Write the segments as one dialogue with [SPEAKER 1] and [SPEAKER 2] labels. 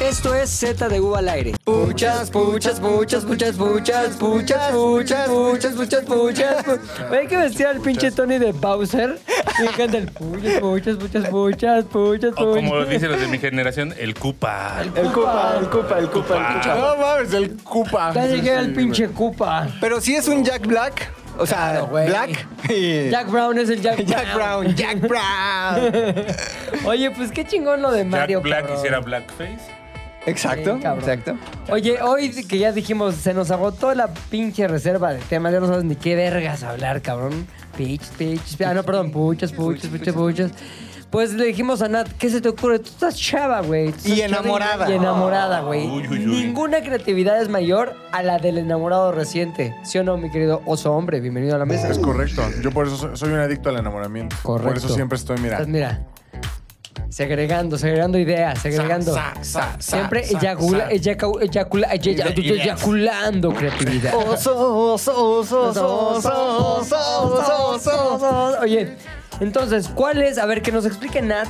[SPEAKER 1] Esto es Z de U al aire.
[SPEAKER 2] Puchas, puchas, puchas, puchas, puchas, puchas, puchas, puchas, puchas, puchas.
[SPEAKER 1] Hay que vestir al pinche Tony de Bowser. Y me encanta el puchas, puchas, puchas, puchas, puchas,
[SPEAKER 3] O Ah, como
[SPEAKER 1] puchas.
[SPEAKER 3] dicen los de mi generación, el Ah, cupa.
[SPEAKER 2] El cupa, el cupa, el cupa, el cupa.
[SPEAKER 4] No mames, el cupa.
[SPEAKER 1] Ya llegué al pinche Cupa.
[SPEAKER 2] Pero si es un Jack Black, o sea,
[SPEAKER 1] Claro, güey.
[SPEAKER 2] Black y
[SPEAKER 1] Jack Brown es el Jack,
[SPEAKER 2] Jack Brown, Jack Brown.
[SPEAKER 1] Oye, pues qué chingón lo de
[SPEAKER 3] Jack
[SPEAKER 1] Mario.
[SPEAKER 3] Black
[SPEAKER 1] cabrón.
[SPEAKER 3] hiciera blackface.
[SPEAKER 2] Exacto,
[SPEAKER 1] Sí, cabrón.
[SPEAKER 2] exacto.
[SPEAKER 1] Oye, hoy que ya dijimos, se nos agotó la pinche reserva de temas, ya no sabes ni qué vergas hablar, cabrón. Pitch, pitch, ah, no, perdón, puchas, puchas, puchas, puchas. Pues le dijimos a Nat, ¿qué se te ocurre? Tú estás chava, güey. Tú estás
[SPEAKER 2] Y
[SPEAKER 1] chava
[SPEAKER 2] enamorada.
[SPEAKER 1] Y enamorada, güey.
[SPEAKER 3] Uy, uy, uy.
[SPEAKER 1] Ninguna creatividad es mayor a la del enamorado reciente. ¿Sí o no, mi querido oso hombre? Bienvenido a la mesa. Pues
[SPEAKER 4] Es correcto. Yo por eso soy- soy un adicto al enamoramiento. Por
[SPEAKER 1] Correcto.
[SPEAKER 4] eso siempre estoy, mira.
[SPEAKER 1] Estás, mira, segregando, segregando ideas, segregando.
[SPEAKER 4] sa, sa, sa,
[SPEAKER 1] Siempre
[SPEAKER 4] sa,
[SPEAKER 1] eyacula,
[SPEAKER 4] sa.
[SPEAKER 1] eyacula- eyacula- eyacu-
[SPEAKER 3] Ideas.
[SPEAKER 1] eyaculando creatividad.
[SPEAKER 2] Oso, oso, oso, oso, oso, oso, oso, oso.
[SPEAKER 1] Oye, entonces, ¿cuál es? A ver, que nos explique Nat,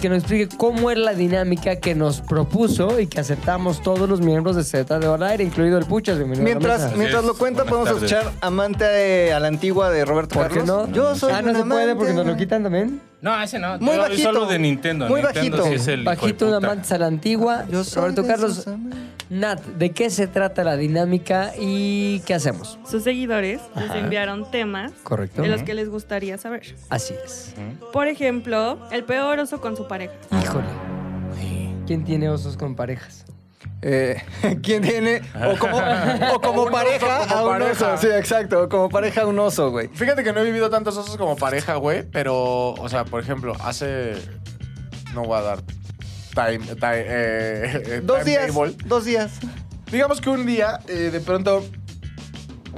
[SPEAKER 1] que nos explique cómo es la dinámica que nos propuso y que aceptamos todos los miembros de Z de All Aire, incluido el Puchas. Bienvenido a la
[SPEAKER 2] Mientras,
[SPEAKER 1] mesa.
[SPEAKER 2] mientras lo cuenta,
[SPEAKER 3] Buenas
[SPEAKER 2] podemos
[SPEAKER 3] tardes.
[SPEAKER 2] escuchar Amante de- a la antigua de Roberto
[SPEAKER 1] ¿Por qué no?
[SPEAKER 2] Carlos. Yo soy
[SPEAKER 1] ah, no
[SPEAKER 2] un
[SPEAKER 1] se puede
[SPEAKER 2] amante
[SPEAKER 1] porque nos
[SPEAKER 2] a
[SPEAKER 1] lo
[SPEAKER 2] la-
[SPEAKER 1] quitan también.
[SPEAKER 3] No, ese no.
[SPEAKER 2] Muy
[SPEAKER 3] Yo- yo
[SPEAKER 2] bajito.
[SPEAKER 3] Solo de Nintendo.
[SPEAKER 2] Muy
[SPEAKER 3] Nintendo
[SPEAKER 2] bajito.
[SPEAKER 3] sí es el hijo de
[SPEAKER 1] Bajito de
[SPEAKER 3] puta.
[SPEAKER 1] amantes a la antigua.
[SPEAKER 2] Yo soy
[SPEAKER 1] Roberto
[SPEAKER 2] de
[SPEAKER 1] Carlos.
[SPEAKER 2] esos amantes.
[SPEAKER 1] Nat, ¿de qué se trata la dinámica y qué hacemos?
[SPEAKER 5] Sus seguidores les enviaron temas
[SPEAKER 1] Correcto.
[SPEAKER 5] de los que les gustaría saber.
[SPEAKER 1] Así es.
[SPEAKER 5] Por ejemplo, el peor oso con su pareja.
[SPEAKER 1] Híjole. ¿Quién tiene osos con parejas?
[SPEAKER 2] Eh, ¿Quién tiene? O como, o como pareja
[SPEAKER 4] como
[SPEAKER 2] a un
[SPEAKER 4] pareja.
[SPEAKER 2] oso. Sí, exacto. o Como pareja a un oso, güey.
[SPEAKER 4] Fíjate que no he vivido tantos osos como pareja, güey. Pero, o sea, por ejemplo, hace. No voy a dar. Time. time, eh, eh,
[SPEAKER 2] Dos días.
[SPEAKER 4] timetable.
[SPEAKER 2] Dos días.
[SPEAKER 4] Digamos que un día, eh, de pronto,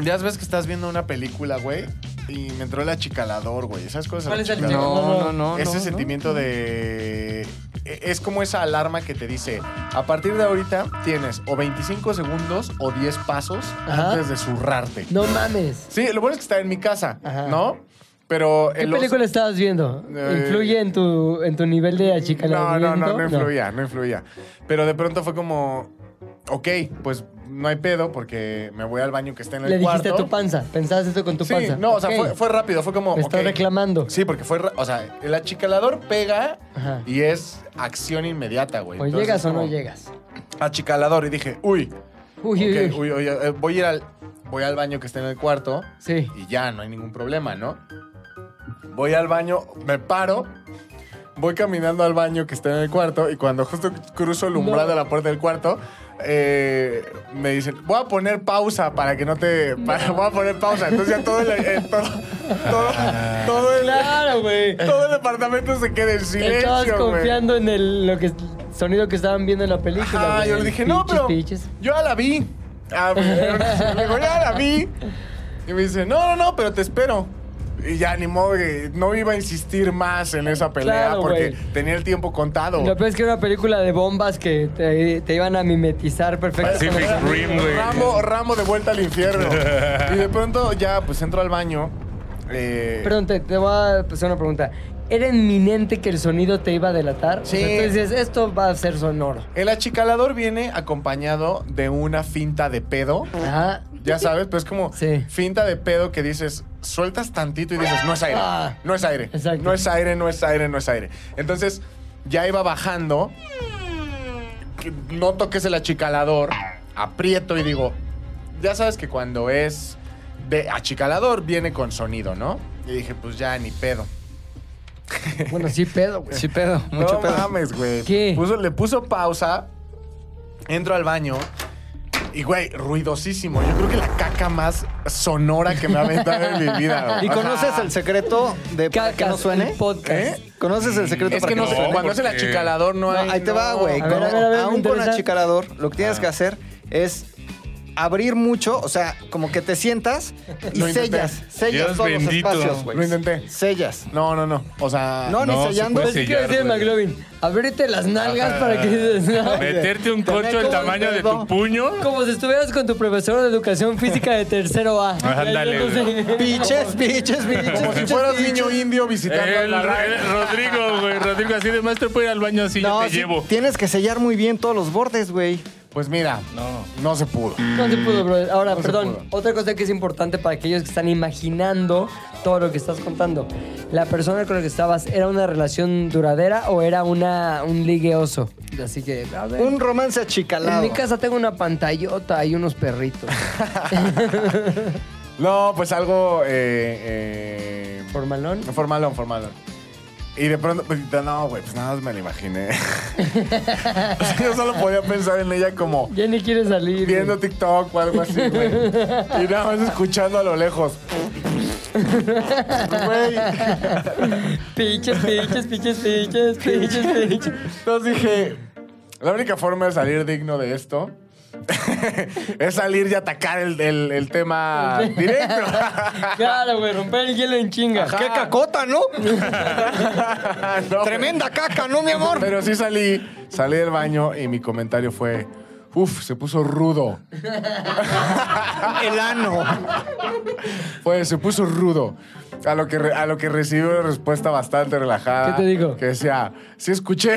[SPEAKER 4] ya ves que estás viendo una película, güey, y me entró el achicalador, güey. ¿Sabes cuál es el
[SPEAKER 1] ¿Cuál es el
[SPEAKER 4] achicalador?
[SPEAKER 1] No, no,
[SPEAKER 4] Ese sentimiento de... e- Es como esa alarma que te dice, a partir de ahorita tienes o 25 segundos o 10 pasos
[SPEAKER 1] Ajá.
[SPEAKER 4] antes de zurrarte.
[SPEAKER 1] No mames.
[SPEAKER 4] Sí, lo bueno es que está en mi casa,
[SPEAKER 1] Ajá.
[SPEAKER 4] ¿no? Pero
[SPEAKER 1] ¿Qué
[SPEAKER 4] el oso-
[SPEAKER 1] película estabas viendo?
[SPEAKER 4] Eh,
[SPEAKER 1] ¿Influye en tu, en tu nivel de
[SPEAKER 4] No,
[SPEAKER 1] achicalamiento?
[SPEAKER 4] no, no, no influía, no. influía. Pero de pronto fue como, ok, pues no hay pedo porque me voy al baño que está en el
[SPEAKER 1] Le dijiste a
[SPEAKER 4] cuarto.
[SPEAKER 1] tu panza. Pensabas esto con tu
[SPEAKER 4] sí,
[SPEAKER 1] panza.
[SPEAKER 4] no, o sea,
[SPEAKER 1] Ok.
[SPEAKER 4] fue, fue rápido, fue como.
[SPEAKER 1] Me está
[SPEAKER 4] ok.
[SPEAKER 1] reclamando.
[SPEAKER 4] Sí, porque fue, ra- o sea, el achicalador pega
[SPEAKER 1] Ajá.
[SPEAKER 4] y es acción inmediata, güey.
[SPEAKER 1] O
[SPEAKER 4] Entonces,
[SPEAKER 1] llegas o no
[SPEAKER 4] como
[SPEAKER 1] llegas.
[SPEAKER 4] Achicalador y dije, uy,
[SPEAKER 1] Uy, uy,
[SPEAKER 4] ok,
[SPEAKER 1] uy.
[SPEAKER 4] uy, uy, eh, voy a ir al, voy al baño que está en el cuarto
[SPEAKER 1] Sí.
[SPEAKER 4] y ya, no hay ningún problema, ¿no? Voy al baño, me paro, voy caminando al baño que está en el cuarto y cuando justo cruzo el umbral
[SPEAKER 1] No.
[SPEAKER 4] de la puerta del cuarto, eh, me dicen, voy a poner pausa para que no te... para- voy a poner pausa. Entonces ya todo el... eh, todo, todo, todo el...
[SPEAKER 1] Claro, güey.
[SPEAKER 4] Todo el departamento se queda en
[SPEAKER 1] Te estabas
[SPEAKER 4] silencio, güey.
[SPEAKER 1] confiando en el lo que, sonido que estaban viendo en la película.
[SPEAKER 4] Ah,
[SPEAKER 1] güey.
[SPEAKER 4] yo le dije, no,
[SPEAKER 1] Pinches,
[SPEAKER 4] pero
[SPEAKER 1] pinches.
[SPEAKER 4] yo ya la vi. Ah, me- me dijo, ya la vi. Y me dice, no, no, no, pero te espero. Y ya ni modo, que no iba a insistir más en esa pelea
[SPEAKER 1] Claro,
[SPEAKER 4] porque
[SPEAKER 1] güey.
[SPEAKER 4] tenía el tiempo contado.
[SPEAKER 1] Lo peor es que era una película de bombas que te, te iban a mimetizar perfectamente.
[SPEAKER 3] Pacific Rim, güey.
[SPEAKER 4] Ramo, ramo de vuelta al infierno. y de pronto ya, pues entro al baño. eh,
[SPEAKER 1] Perdón, te, te voy a hacer una pregunta. ¿Era inminente que el sonido te iba a delatar?
[SPEAKER 4] Sí.
[SPEAKER 1] Entonces, esto va a ser sonoro.
[SPEAKER 4] el achicalador viene acompañado de una finta de pedo.
[SPEAKER 1] Ajá.
[SPEAKER 4] Ya sabes, pues es como
[SPEAKER 1] Sí.
[SPEAKER 4] finta de pedo que dices, sueltas tantito y dices, no es aire,
[SPEAKER 1] Ah.
[SPEAKER 4] no es aire,
[SPEAKER 1] Exacto.
[SPEAKER 4] no es aire, no es aire, no es aire. Entonces, ya iba bajando, que no toques el achicalador, aprieto y digo, ya sabes que cuando es de achicalador viene con sonido, ¿no? Y dije, pues ya ni pedo.
[SPEAKER 1] Bueno, sí, pedo, güey.
[SPEAKER 2] Sí, pedo. Mucho
[SPEAKER 4] no
[SPEAKER 2] pedo.
[SPEAKER 4] mames, güey.
[SPEAKER 1] ¿Qué?
[SPEAKER 4] Puso- le puso pausa, entro al baño y, güey, ruidosísimo. Yo creo que la caca más sonora que me ha aventado en mi vida. güey.
[SPEAKER 2] ¿Y
[SPEAKER 4] O sea,
[SPEAKER 2] conoces el secreto de para que no
[SPEAKER 1] Cacas, el
[SPEAKER 2] suene?
[SPEAKER 1] podcast.
[SPEAKER 4] ¿Eh?
[SPEAKER 2] ¿Conoces el secreto
[SPEAKER 4] Es
[SPEAKER 2] para
[SPEAKER 4] que no
[SPEAKER 3] no
[SPEAKER 4] sé,
[SPEAKER 3] suene?
[SPEAKER 4] cuando es el
[SPEAKER 3] Porque-
[SPEAKER 4] achicalador no
[SPEAKER 2] No,
[SPEAKER 4] hay...
[SPEAKER 2] ahí te va,
[SPEAKER 4] no.
[SPEAKER 2] güey.
[SPEAKER 1] A ver, a ver, a ver, me
[SPEAKER 2] Aún con
[SPEAKER 1] interesa.
[SPEAKER 4] Ah.
[SPEAKER 2] achicalador, lo que tienes que hacer es abrir mucho, o sea, como que te sientas y
[SPEAKER 4] Lo intenté.
[SPEAKER 2] sellas, sellas
[SPEAKER 3] Dios
[SPEAKER 2] todos
[SPEAKER 3] bendito.
[SPEAKER 2] los espacios,
[SPEAKER 4] Lo
[SPEAKER 2] güey.
[SPEAKER 4] intenté.
[SPEAKER 2] Sellas.
[SPEAKER 4] No, no, no. O sea,
[SPEAKER 2] No, ni
[SPEAKER 3] no,
[SPEAKER 2] sellando.
[SPEAKER 3] se puede
[SPEAKER 2] Así
[SPEAKER 1] Pues, ¿Qué
[SPEAKER 3] sellar,
[SPEAKER 1] decía
[SPEAKER 3] güey.
[SPEAKER 1] McLovin? Ábrete las nalgas para que se...
[SPEAKER 3] Meterte un corcho del
[SPEAKER 2] como
[SPEAKER 3] tamaño
[SPEAKER 2] un
[SPEAKER 3] de
[SPEAKER 2] dedo.
[SPEAKER 3] tu puño.
[SPEAKER 1] Como si estuvieras con tu profesor de educación física de tercero A.
[SPEAKER 3] Ah, ándale,
[SPEAKER 1] Ya, ya no sé.
[SPEAKER 2] Piches, piches, piches.
[SPEAKER 4] como si
[SPEAKER 2] piches,
[SPEAKER 4] fueras
[SPEAKER 2] piches.
[SPEAKER 4] niño indio visitando
[SPEAKER 3] El-
[SPEAKER 4] la
[SPEAKER 3] el
[SPEAKER 4] RAE.
[SPEAKER 3] Eh, Rodrigo, güey. Rodrigo, así de maestro, puedo ir al baño así,
[SPEAKER 2] No,
[SPEAKER 3] yo te
[SPEAKER 2] sí,
[SPEAKER 3] llevo.
[SPEAKER 2] tienes que sellar muy bien todos los bordes, güey.
[SPEAKER 4] Pues mira,
[SPEAKER 3] No.
[SPEAKER 4] no se pudo.
[SPEAKER 1] No se pudo, brother. Ahora,
[SPEAKER 4] No se
[SPEAKER 1] perdón,
[SPEAKER 4] pudo.
[SPEAKER 1] otra cosa que es importante para aquellos que están imaginando todo lo que estás contando. ¿La persona con la que estabas era una relación duradera o era una, un ligue oso? Así que, a ver.
[SPEAKER 2] Un romance
[SPEAKER 1] en
[SPEAKER 2] achicalado.
[SPEAKER 1] mi casa tengo una pantallota y unos perritos.
[SPEAKER 4] No, pues algo. Eh, eh,
[SPEAKER 1] ¿Formalón?
[SPEAKER 4] Formalón, formalón. Y de pronto, pues, no, güey, pues nada más me la imaginé. O sea, yo solo podía pensar en ella como
[SPEAKER 1] Ya ni quiere salir.
[SPEAKER 4] viendo TikTok o algo así, güey. Y nada más escuchando a lo lejos. Güey.
[SPEAKER 1] Piches, piches, piches, piches, piches, piches.
[SPEAKER 4] Entonces dije, la única forma de salir digno de esto es salir y atacar el, el- el tema directo.
[SPEAKER 1] Claro, güey, romper el hielo en chinga.
[SPEAKER 4] Ajá.
[SPEAKER 2] ¡Qué cacota, no!
[SPEAKER 4] No, güey.
[SPEAKER 2] ¡Tremenda caca, no, mi amor!
[SPEAKER 4] Pero sí salí, salí del baño y mi comentario fue, uff, se puso rudo.
[SPEAKER 2] El ano.
[SPEAKER 4] Fue, se puso rudo. A lo que, re- a lo que recibió una respuesta bastante relajada.
[SPEAKER 1] ¿Qué te digo?
[SPEAKER 4] Que decía, sí escuché.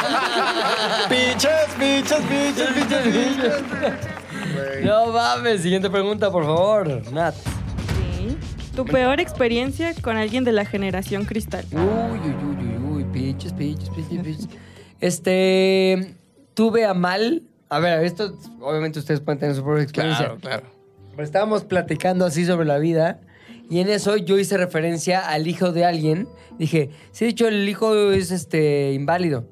[SPEAKER 2] ¡Piches, piches, piches, piches, piches!
[SPEAKER 1] No mames, siguiente pregunta, por favor, Nat.
[SPEAKER 5] Sí. Tu peor experiencia con alguien de la generación cristal.
[SPEAKER 1] Uy, uy, uy, uy, uy, piches, piches, piches, piches. Este, tuve a mal. A ver, esto, obviamente ustedes pueden tener su propia experiencia.
[SPEAKER 3] Claro, claro.
[SPEAKER 1] Pero estábamos platicando así sobre la vida y en eso yo hice referencia al hijo de alguien. Dije, sí, de hecho, el hijo es este inválido.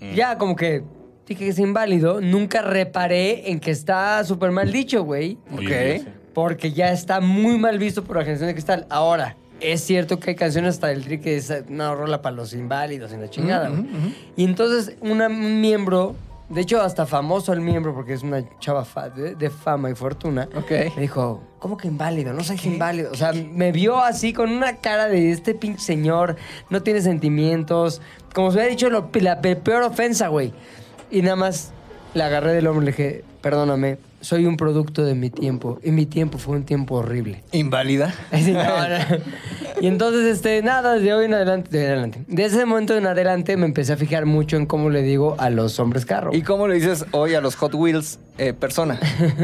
[SPEAKER 3] Mm.
[SPEAKER 1] Ya, como que dije que es inválido. Nunca reparé en que está súper mal dicho, güey.
[SPEAKER 3] Oye, sí, sí.
[SPEAKER 1] Porque ya está muy mal visto por la generación de cristal. Ahora, es cierto que hay canciones hasta el tri que es una rola para los inválidos y la chingada. güey. Y entonces, una- un miembro, de hecho, hasta famoso el miembro, porque es una chava fa- de, de fama y fortuna, me dijo: ¿Cómo que inválido? No seas inválido. O sea, me vio así con una cara de este pinche señor, no tiene sentimientos. Como se había dicho, lo- la pe- peor ofensa, güey. Y nada más la agarré del hombro y le dije: Perdóname, soy un producto de mi tiempo. Y mi tiempo fue un tiempo horrible.
[SPEAKER 2] ¿Inválida?
[SPEAKER 1] Así, no, no. Y entonces, este, nada, desde hoy en adelante, de hoy en adelante. De ese momento en adelante me empecé a fijar mucho en cómo le digo a los hombres carro.
[SPEAKER 2] ¿Y cómo le dices hoy a los Hot Wheels eh, persona?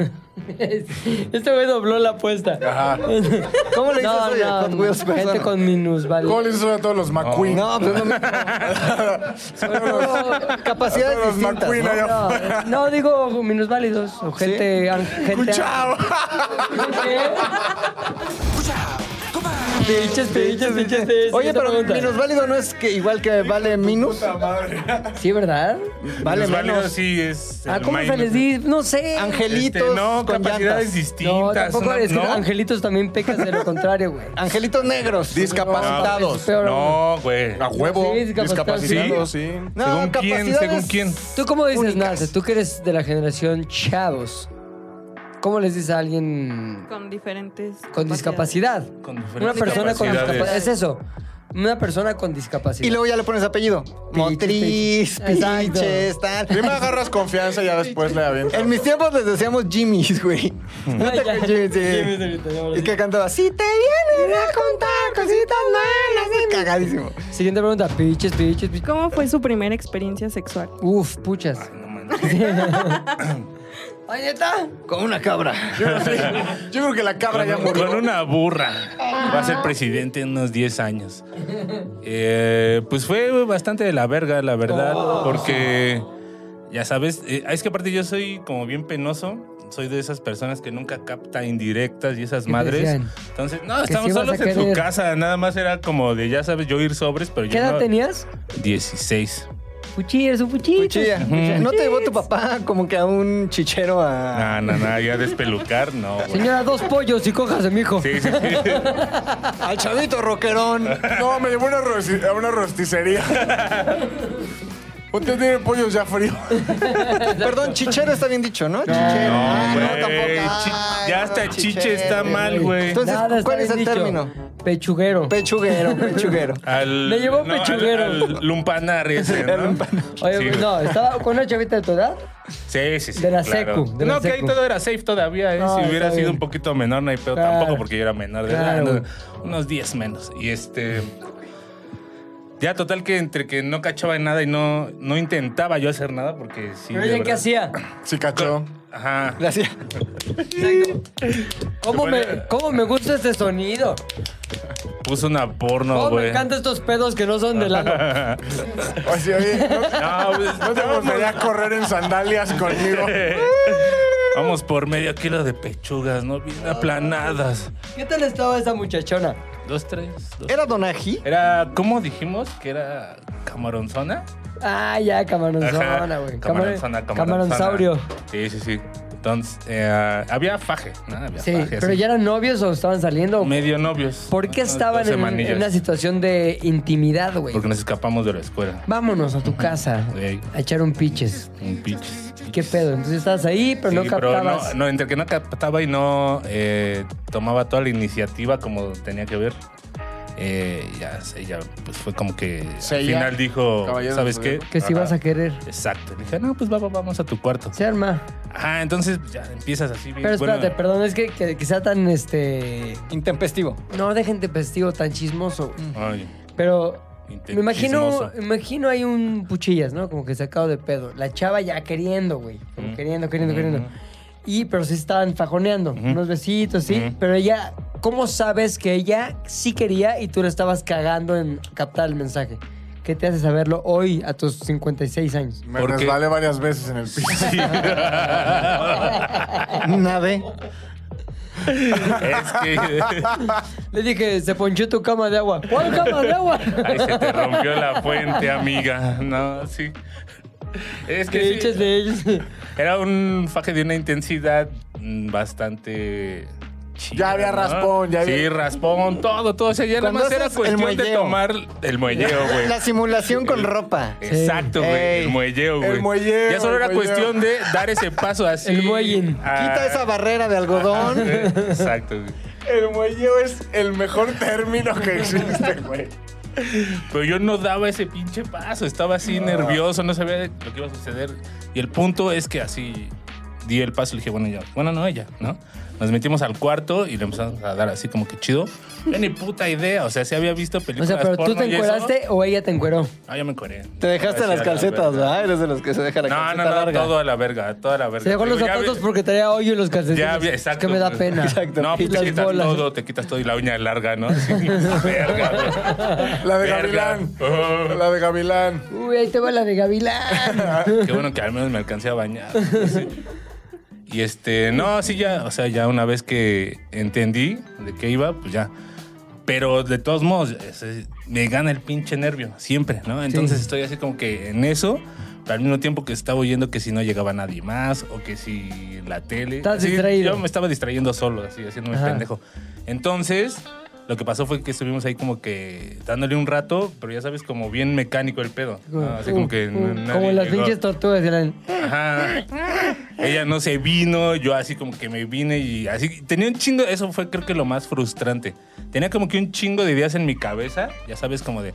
[SPEAKER 1] este güey dobló la apuesta.
[SPEAKER 2] ¿Cómo le dices
[SPEAKER 1] No,
[SPEAKER 2] hoy a
[SPEAKER 1] no,
[SPEAKER 2] Hot Wheels persona?
[SPEAKER 1] gente con minusvalía.
[SPEAKER 4] ¿Cómo le hizo a todos los McQueen?
[SPEAKER 2] No, pues no me...
[SPEAKER 1] Bueno,
[SPEAKER 2] Capacidades
[SPEAKER 4] Todos los
[SPEAKER 2] distintas,
[SPEAKER 4] McQueen
[SPEAKER 2] ¿no?
[SPEAKER 4] allá
[SPEAKER 1] No, eh, no, digo minusválidos o gente... an- gente
[SPEAKER 4] ¡Chao!
[SPEAKER 1] ¿Qué? Pinches, pinches, pinches, pinches.
[SPEAKER 2] Oye, pero
[SPEAKER 1] Pregunta.
[SPEAKER 2] minus válido no es que igual que vale minus.
[SPEAKER 1] Sí, ¿verdad?
[SPEAKER 2] Vale
[SPEAKER 3] Los válidos
[SPEAKER 2] menos.
[SPEAKER 3] sí Este, es.
[SPEAKER 1] Ah,
[SPEAKER 3] el
[SPEAKER 1] ¿cómo se
[SPEAKER 3] minus.
[SPEAKER 1] les dice? No sé.
[SPEAKER 3] Este,
[SPEAKER 2] Angelitos
[SPEAKER 3] no,
[SPEAKER 2] con
[SPEAKER 3] capacidades
[SPEAKER 2] llantas.
[SPEAKER 3] distintas.
[SPEAKER 1] No, tampoco
[SPEAKER 3] una-
[SPEAKER 1] es que
[SPEAKER 3] ¿no?
[SPEAKER 1] angelitos también pecas de lo contrario, güey.
[SPEAKER 2] Angelitos negros.
[SPEAKER 1] Es
[SPEAKER 4] Discapacitados.
[SPEAKER 1] peor, güey.
[SPEAKER 3] No, güey.
[SPEAKER 4] A
[SPEAKER 1] Sí,
[SPEAKER 4] huevo.
[SPEAKER 1] discapacitados.
[SPEAKER 4] Discapacitados, sí.
[SPEAKER 2] No,
[SPEAKER 3] según quién,
[SPEAKER 2] capacidades-
[SPEAKER 3] según quién.
[SPEAKER 1] ¿Tú cómo dices,
[SPEAKER 2] Únicas.
[SPEAKER 1] Nance? Tú que eres de la generación chavos. ¿Cómo les dice a alguien
[SPEAKER 5] Con diferentes.
[SPEAKER 1] con discapacidad?
[SPEAKER 3] Con
[SPEAKER 1] Una
[SPEAKER 3] diferentes
[SPEAKER 1] persona con
[SPEAKER 3] capacidades.
[SPEAKER 1] discapacidad. Es eso. Una persona con discapacidad.
[SPEAKER 2] Y luego ya le pones apellido. Motriz,
[SPEAKER 1] piches. Exacto.
[SPEAKER 2] pinches, tal.
[SPEAKER 4] Primero agarras confianza y ya después le avientas.
[SPEAKER 2] En mis tiempos les decíamos Jimmy's, güey.
[SPEAKER 1] Ah, ya.
[SPEAKER 2] Sí, sí.
[SPEAKER 1] Jimmy's ahorita, ya ahora
[SPEAKER 2] Y
[SPEAKER 1] sí.
[SPEAKER 2] que cantaba, si te vienen a contar cositas malas. y Cagadísimo.
[SPEAKER 1] Siguiente pregunta. Piches, piches, piches.
[SPEAKER 5] ¿Cómo fue su primera experiencia sexual?
[SPEAKER 1] Uf, puchas.
[SPEAKER 3] No manches.
[SPEAKER 1] Ay, neta.
[SPEAKER 2] Como una cabra.
[SPEAKER 4] Yo creo que- yo creo que la cabra ya
[SPEAKER 3] Con,
[SPEAKER 4] murió.
[SPEAKER 3] con una burra. Va a ser presidente en unos 10 años. Eh, pues fue bastante de la verga, la verdad.
[SPEAKER 2] Oh.
[SPEAKER 3] porque, ya sabes, eh, es que aparte yo soy como bien penoso. Soy de esas personas que nunca capta indirectas y esas
[SPEAKER 1] ¿Qué te
[SPEAKER 3] madres.
[SPEAKER 1] decían?
[SPEAKER 3] Entonces, no,
[SPEAKER 1] Que
[SPEAKER 3] estamos
[SPEAKER 1] sí vas
[SPEAKER 3] solos
[SPEAKER 1] a
[SPEAKER 3] en su
[SPEAKER 1] querer.
[SPEAKER 3] casa. Nada más era como de, ya sabes, yo ir sobres, pero
[SPEAKER 1] ¿Qué
[SPEAKER 3] yo
[SPEAKER 1] edad
[SPEAKER 3] no.
[SPEAKER 1] tenías?
[SPEAKER 3] 16.
[SPEAKER 1] Puchi, eres un puchito.
[SPEAKER 2] Cuchilla. No te llevó tu papá como que a un chichero a.
[SPEAKER 3] No, no, no, ya despelucar, no. güey.
[SPEAKER 1] Señora, dos pollos y cojas de mi hijo.
[SPEAKER 3] Sí, sí, sí. Ah.
[SPEAKER 2] Al chavito roquerón.
[SPEAKER 4] No, me llevó a una rosti- a una rosticería. Usted tiene pollos ya frío.
[SPEAKER 2] Perdón, chichero está bien dicho, ¿no? chichero. Ah,
[SPEAKER 3] güey.
[SPEAKER 2] tampoco.
[SPEAKER 3] Chi-
[SPEAKER 2] Ay,
[SPEAKER 3] ya
[SPEAKER 2] no,
[SPEAKER 3] hasta
[SPEAKER 2] no,
[SPEAKER 3] chiche está mal, güey.
[SPEAKER 2] Entonces,
[SPEAKER 1] Nada está
[SPEAKER 2] ¿cuál es
[SPEAKER 1] bien
[SPEAKER 2] el
[SPEAKER 1] dicho.
[SPEAKER 2] término?
[SPEAKER 1] Pechuguero.
[SPEAKER 2] Pechuguero, pechuguero.
[SPEAKER 3] Al,
[SPEAKER 1] Me llevó
[SPEAKER 3] al-
[SPEAKER 1] pechuguero.
[SPEAKER 3] Al, lumpanar ese, ¿no?
[SPEAKER 1] Oye,
[SPEAKER 3] Sí, güey.
[SPEAKER 1] no, estaba con una chavita de tu edad.
[SPEAKER 3] Sí, sí, sí.
[SPEAKER 1] De la
[SPEAKER 3] claro.
[SPEAKER 1] secu, de la
[SPEAKER 3] no, que ahí
[SPEAKER 1] secu.
[SPEAKER 3] todo era safe todavía, ¿eh?
[SPEAKER 1] Ah,
[SPEAKER 3] si hubiera
[SPEAKER 1] está
[SPEAKER 3] sido
[SPEAKER 1] bien.
[SPEAKER 3] un poquito menor, no hay pedo
[SPEAKER 1] Claro.
[SPEAKER 3] tampoco, porque yo era menor de edad,
[SPEAKER 1] Claro.
[SPEAKER 3] ¿no? Unos 10 menos. Y este. Ya, total, que entre que no cachaba en nada y no, no intentaba yo hacer nada, porque sí.
[SPEAKER 1] Pero
[SPEAKER 3] de
[SPEAKER 1] ella, ¿qué
[SPEAKER 3] verdad-
[SPEAKER 1] hacía?
[SPEAKER 4] Sí, cachó.
[SPEAKER 3] Ajá.
[SPEAKER 2] Gracias.
[SPEAKER 1] ¿Cómo
[SPEAKER 3] Se
[SPEAKER 1] me,
[SPEAKER 3] pone-
[SPEAKER 1] ¿Cómo me gusta este sonido?
[SPEAKER 3] Puso una porno,
[SPEAKER 1] ¿Cómo Oh, me
[SPEAKER 3] güey.
[SPEAKER 1] encantan estos pedos que no son de lado?
[SPEAKER 4] Oye, oye, ¿no,
[SPEAKER 3] No, pues,
[SPEAKER 4] no te
[SPEAKER 3] vamos,
[SPEAKER 4] gustaría correr en sandalias conmigo?
[SPEAKER 3] vamos por medio kilo de pechugas, ¿no? Bien aplanadas.
[SPEAKER 1] ¿Qué tal estaba esa muchachona?
[SPEAKER 3] Dos, tres. Dos.
[SPEAKER 2] ¿Era Donaji?
[SPEAKER 3] Era, ¿cómo dijimos? Que era camaronzona.
[SPEAKER 1] Ah, ya, camaronzona,
[SPEAKER 3] Ajá.
[SPEAKER 1] güey.
[SPEAKER 3] Camaronzona,
[SPEAKER 1] Camar-
[SPEAKER 3] camaronzona.
[SPEAKER 1] Camaronzaurio.
[SPEAKER 3] Sí, sí, sí. Entonces, eh, había faje, ¿no? Había
[SPEAKER 1] Sí,
[SPEAKER 3] faje,
[SPEAKER 1] pero
[SPEAKER 3] así.
[SPEAKER 1] ya eran novios o estaban saliendo.
[SPEAKER 3] Medio novios.
[SPEAKER 1] ¿Por qué
[SPEAKER 3] Unos
[SPEAKER 1] estaban
[SPEAKER 3] doce
[SPEAKER 1] en,
[SPEAKER 3] manillas.
[SPEAKER 1] en una situación de intimidad, güey?
[SPEAKER 3] Porque nos escapamos de la escuela.
[SPEAKER 1] Vámonos a tu casa
[SPEAKER 3] Güey.
[SPEAKER 1] a echar un piches.
[SPEAKER 3] Un pinches.
[SPEAKER 1] ¿Qué pedo? Entonces estabas ahí, pero no
[SPEAKER 3] Sí, pero
[SPEAKER 1] captabas.
[SPEAKER 3] no, no, entre que no captaba y no eh, tomaba toda la iniciativa como tenía que ver, eh, ya, ella pues fue como que
[SPEAKER 4] Sí,
[SPEAKER 3] al
[SPEAKER 4] ya.
[SPEAKER 3] final dijo,
[SPEAKER 4] Caballero,
[SPEAKER 3] ¿sabes qué?
[SPEAKER 4] caballero.
[SPEAKER 1] Que si
[SPEAKER 3] Ajá.
[SPEAKER 1] vas a querer.
[SPEAKER 3] Exacto. Le dije, no, pues va, va, vamos a tu cuarto.
[SPEAKER 1] Se arma.
[SPEAKER 3] Ajá, entonces pues, ya empiezas así bien.
[SPEAKER 1] Pero espérate,
[SPEAKER 3] bueno,
[SPEAKER 1] perdón, es que, que, que sea tan este.
[SPEAKER 2] Intempestivo.
[SPEAKER 1] No, dejen de vestido tan chismoso. güey.
[SPEAKER 3] ay,
[SPEAKER 1] Pero
[SPEAKER 3] inte-
[SPEAKER 1] me imagino,
[SPEAKER 3] chismoso.
[SPEAKER 1] me imagino hay un puchillas, ¿no? Como que sacado de pedo. La chava ya queriendo, güey. Como
[SPEAKER 3] Ujú.
[SPEAKER 1] queriendo, queriendo,
[SPEAKER 3] Ujú.
[SPEAKER 1] queriendo. Y, pero sí estaban fajoneando.
[SPEAKER 3] Ujú.
[SPEAKER 1] Unos besitos, sí.
[SPEAKER 3] Ujú.
[SPEAKER 1] Pero ella, ¿cómo sabes que ella sí quería y tú le estabas cagando en captar el mensaje? ¿Qué te hace saberlo hoy a tus 56 años?
[SPEAKER 4] Me
[SPEAKER 3] ¿Por qué?
[SPEAKER 4] resbalé varias veces en el piso.
[SPEAKER 3] Sí.
[SPEAKER 2] Nave.
[SPEAKER 3] es que
[SPEAKER 1] Le dije, se ponchó tu cama de agua. ¿Cuál cama de agua?
[SPEAKER 3] ahí se te rompió la fuente, amiga. No, sí. Es
[SPEAKER 1] Que
[SPEAKER 3] que
[SPEAKER 1] eches
[SPEAKER 3] sí,
[SPEAKER 1] de ellos.
[SPEAKER 3] era un faje de una intensidad mm, bastante chida,
[SPEAKER 4] Ya había
[SPEAKER 3] ¿no?
[SPEAKER 4] raspón, ya había-
[SPEAKER 3] Sí, raspón, todo, todo. O sea, ya nada
[SPEAKER 2] Cuando
[SPEAKER 3] más era
[SPEAKER 2] haces el
[SPEAKER 3] cuestión de
[SPEAKER 2] muelleo.
[SPEAKER 3] tomar el muelleo, güey.
[SPEAKER 2] La simulación con ropa.
[SPEAKER 3] Exacto, güey.
[SPEAKER 2] Ey.
[SPEAKER 3] El muelleo, güey.
[SPEAKER 4] El muelleo,
[SPEAKER 3] Ya solo
[SPEAKER 4] el
[SPEAKER 3] era
[SPEAKER 4] muelleo.
[SPEAKER 3] cuestión de dar ese paso así.
[SPEAKER 1] El muellín.
[SPEAKER 3] a-
[SPEAKER 2] Quita esa barrera de algodón.
[SPEAKER 3] Exacto, güey.
[SPEAKER 4] El muelleo es el mejor término que existe, güey.
[SPEAKER 3] Pero yo no daba ese pinche paso. Estaba así nervioso, no sabía lo que iba a suceder. Y el punto es que así di el paso y le dije, bueno, ya. Bueno, no, ella, ¿no? Nos metimos al cuarto y le empezamos a dar así como que chido. Yo ni puta idea. O sea, se había visto
[SPEAKER 1] O
[SPEAKER 3] películas
[SPEAKER 1] sea, pero tú
[SPEAKER 3] porno
[SPEAKER 1] te
[SPEAKER 3] y eso.
[SPEAKER 1] encueraste o ella te encueró.
[SPEAKER 3] Ah, yo me encueré.
[SPEAKER 2] Te dejaste
[SPEAKER 3] Así a
[SPEAKER 2] las
[SPEAKER 3] la
[SPEAKER 2] calcetas,
[SPEAKER 3] verga.
[SPEAKER 2] ¿verdad? Eres de los que se deja la
[SPEAKER 3] No,
[SPEAKER 2] calceta
[SPEAKER 3] no, no,
[SPEAKER 2] larga.
[SPEAKER 3] todo a la verga, toda la verga.
[SPEAKER 1] Se dejó los
[SPEAKER 3] Digo, ya
[SPEAKER 1] zapatos
[SPEAKER 3] ve-
[SPEAKER 1] porque traía hoyo en los calcetines.
[SPEAKER 3] Ya había, exacto.
[SPEAKER 1] Es que me da
[SPEAKER 3] güey.
[SPEAKER 1] pena.
[SPEAKER 2] Exacto.
[SPEAKER 3] No, pues
[SPEAKER 1] Y
[SPEAKER 3] te
[SPEAKER 1] las
[SPEAKER 3] quitas
[SPEAKER 1] bolas.
[SPEAKER 3] todo, te quitas todo y la uña larga, ¿no? Sí, verga, güey.
[SPEAKER 4] La de
[SPEAKER 3] Verga.
[SPEAKER 4] Gavilán.
[SPEAKER 3] Oh.
[SPEAKER 4] La de Gavilán.
[SPEAKER 1] Uy, ahí te va la de Gavilán.
[SPEAKER 3] Qué bueno que al menos me alcancé a bañar. Sí. Y este, no, sí, ya, o sea, ya una vez que entendí de qué iba, pues ya. Pero de todos modos, ese- me gana el pinche nervio, siempre, ¿no? Entonces
[SPEAKER 1] Sí.
[SPEAKER 3] estoy así como que en eso, pero al mismo tiempo que estaba oyendo que si no llegaba nadie más o que si la tele.
[SPEAKER 1] Estás
[SPEAKER 3] Así,
[SPEAKER 1] distraído.
[SPEAKER 3] Yo me estaba distrayendo solo, así, haciéndome
[SPEAKER 1] Ajá.
[SPEAKER 3] pendejo. Entonces, lo que pasó fue que estuvimos ahí como que dándole un rato, pero ya sabes, como bien mecánico el pedo. ¿no? Así como que.
[SPEAKER 1] Uh, uh,
[SPEAKER 3] nadie
[SPEAKER 1] como las
[SPEAKER 3] llegó.
[SPEAKER 1] pinches tortugas. eran-
[SPEAKER 3] Ajá. Ella no se vino, yo así como que me vine y así. Tenía un chingo, eso fue creo que lo más frustrante. Tenía como que un chingo de ideas en mi cabeza, ya sabes, como de,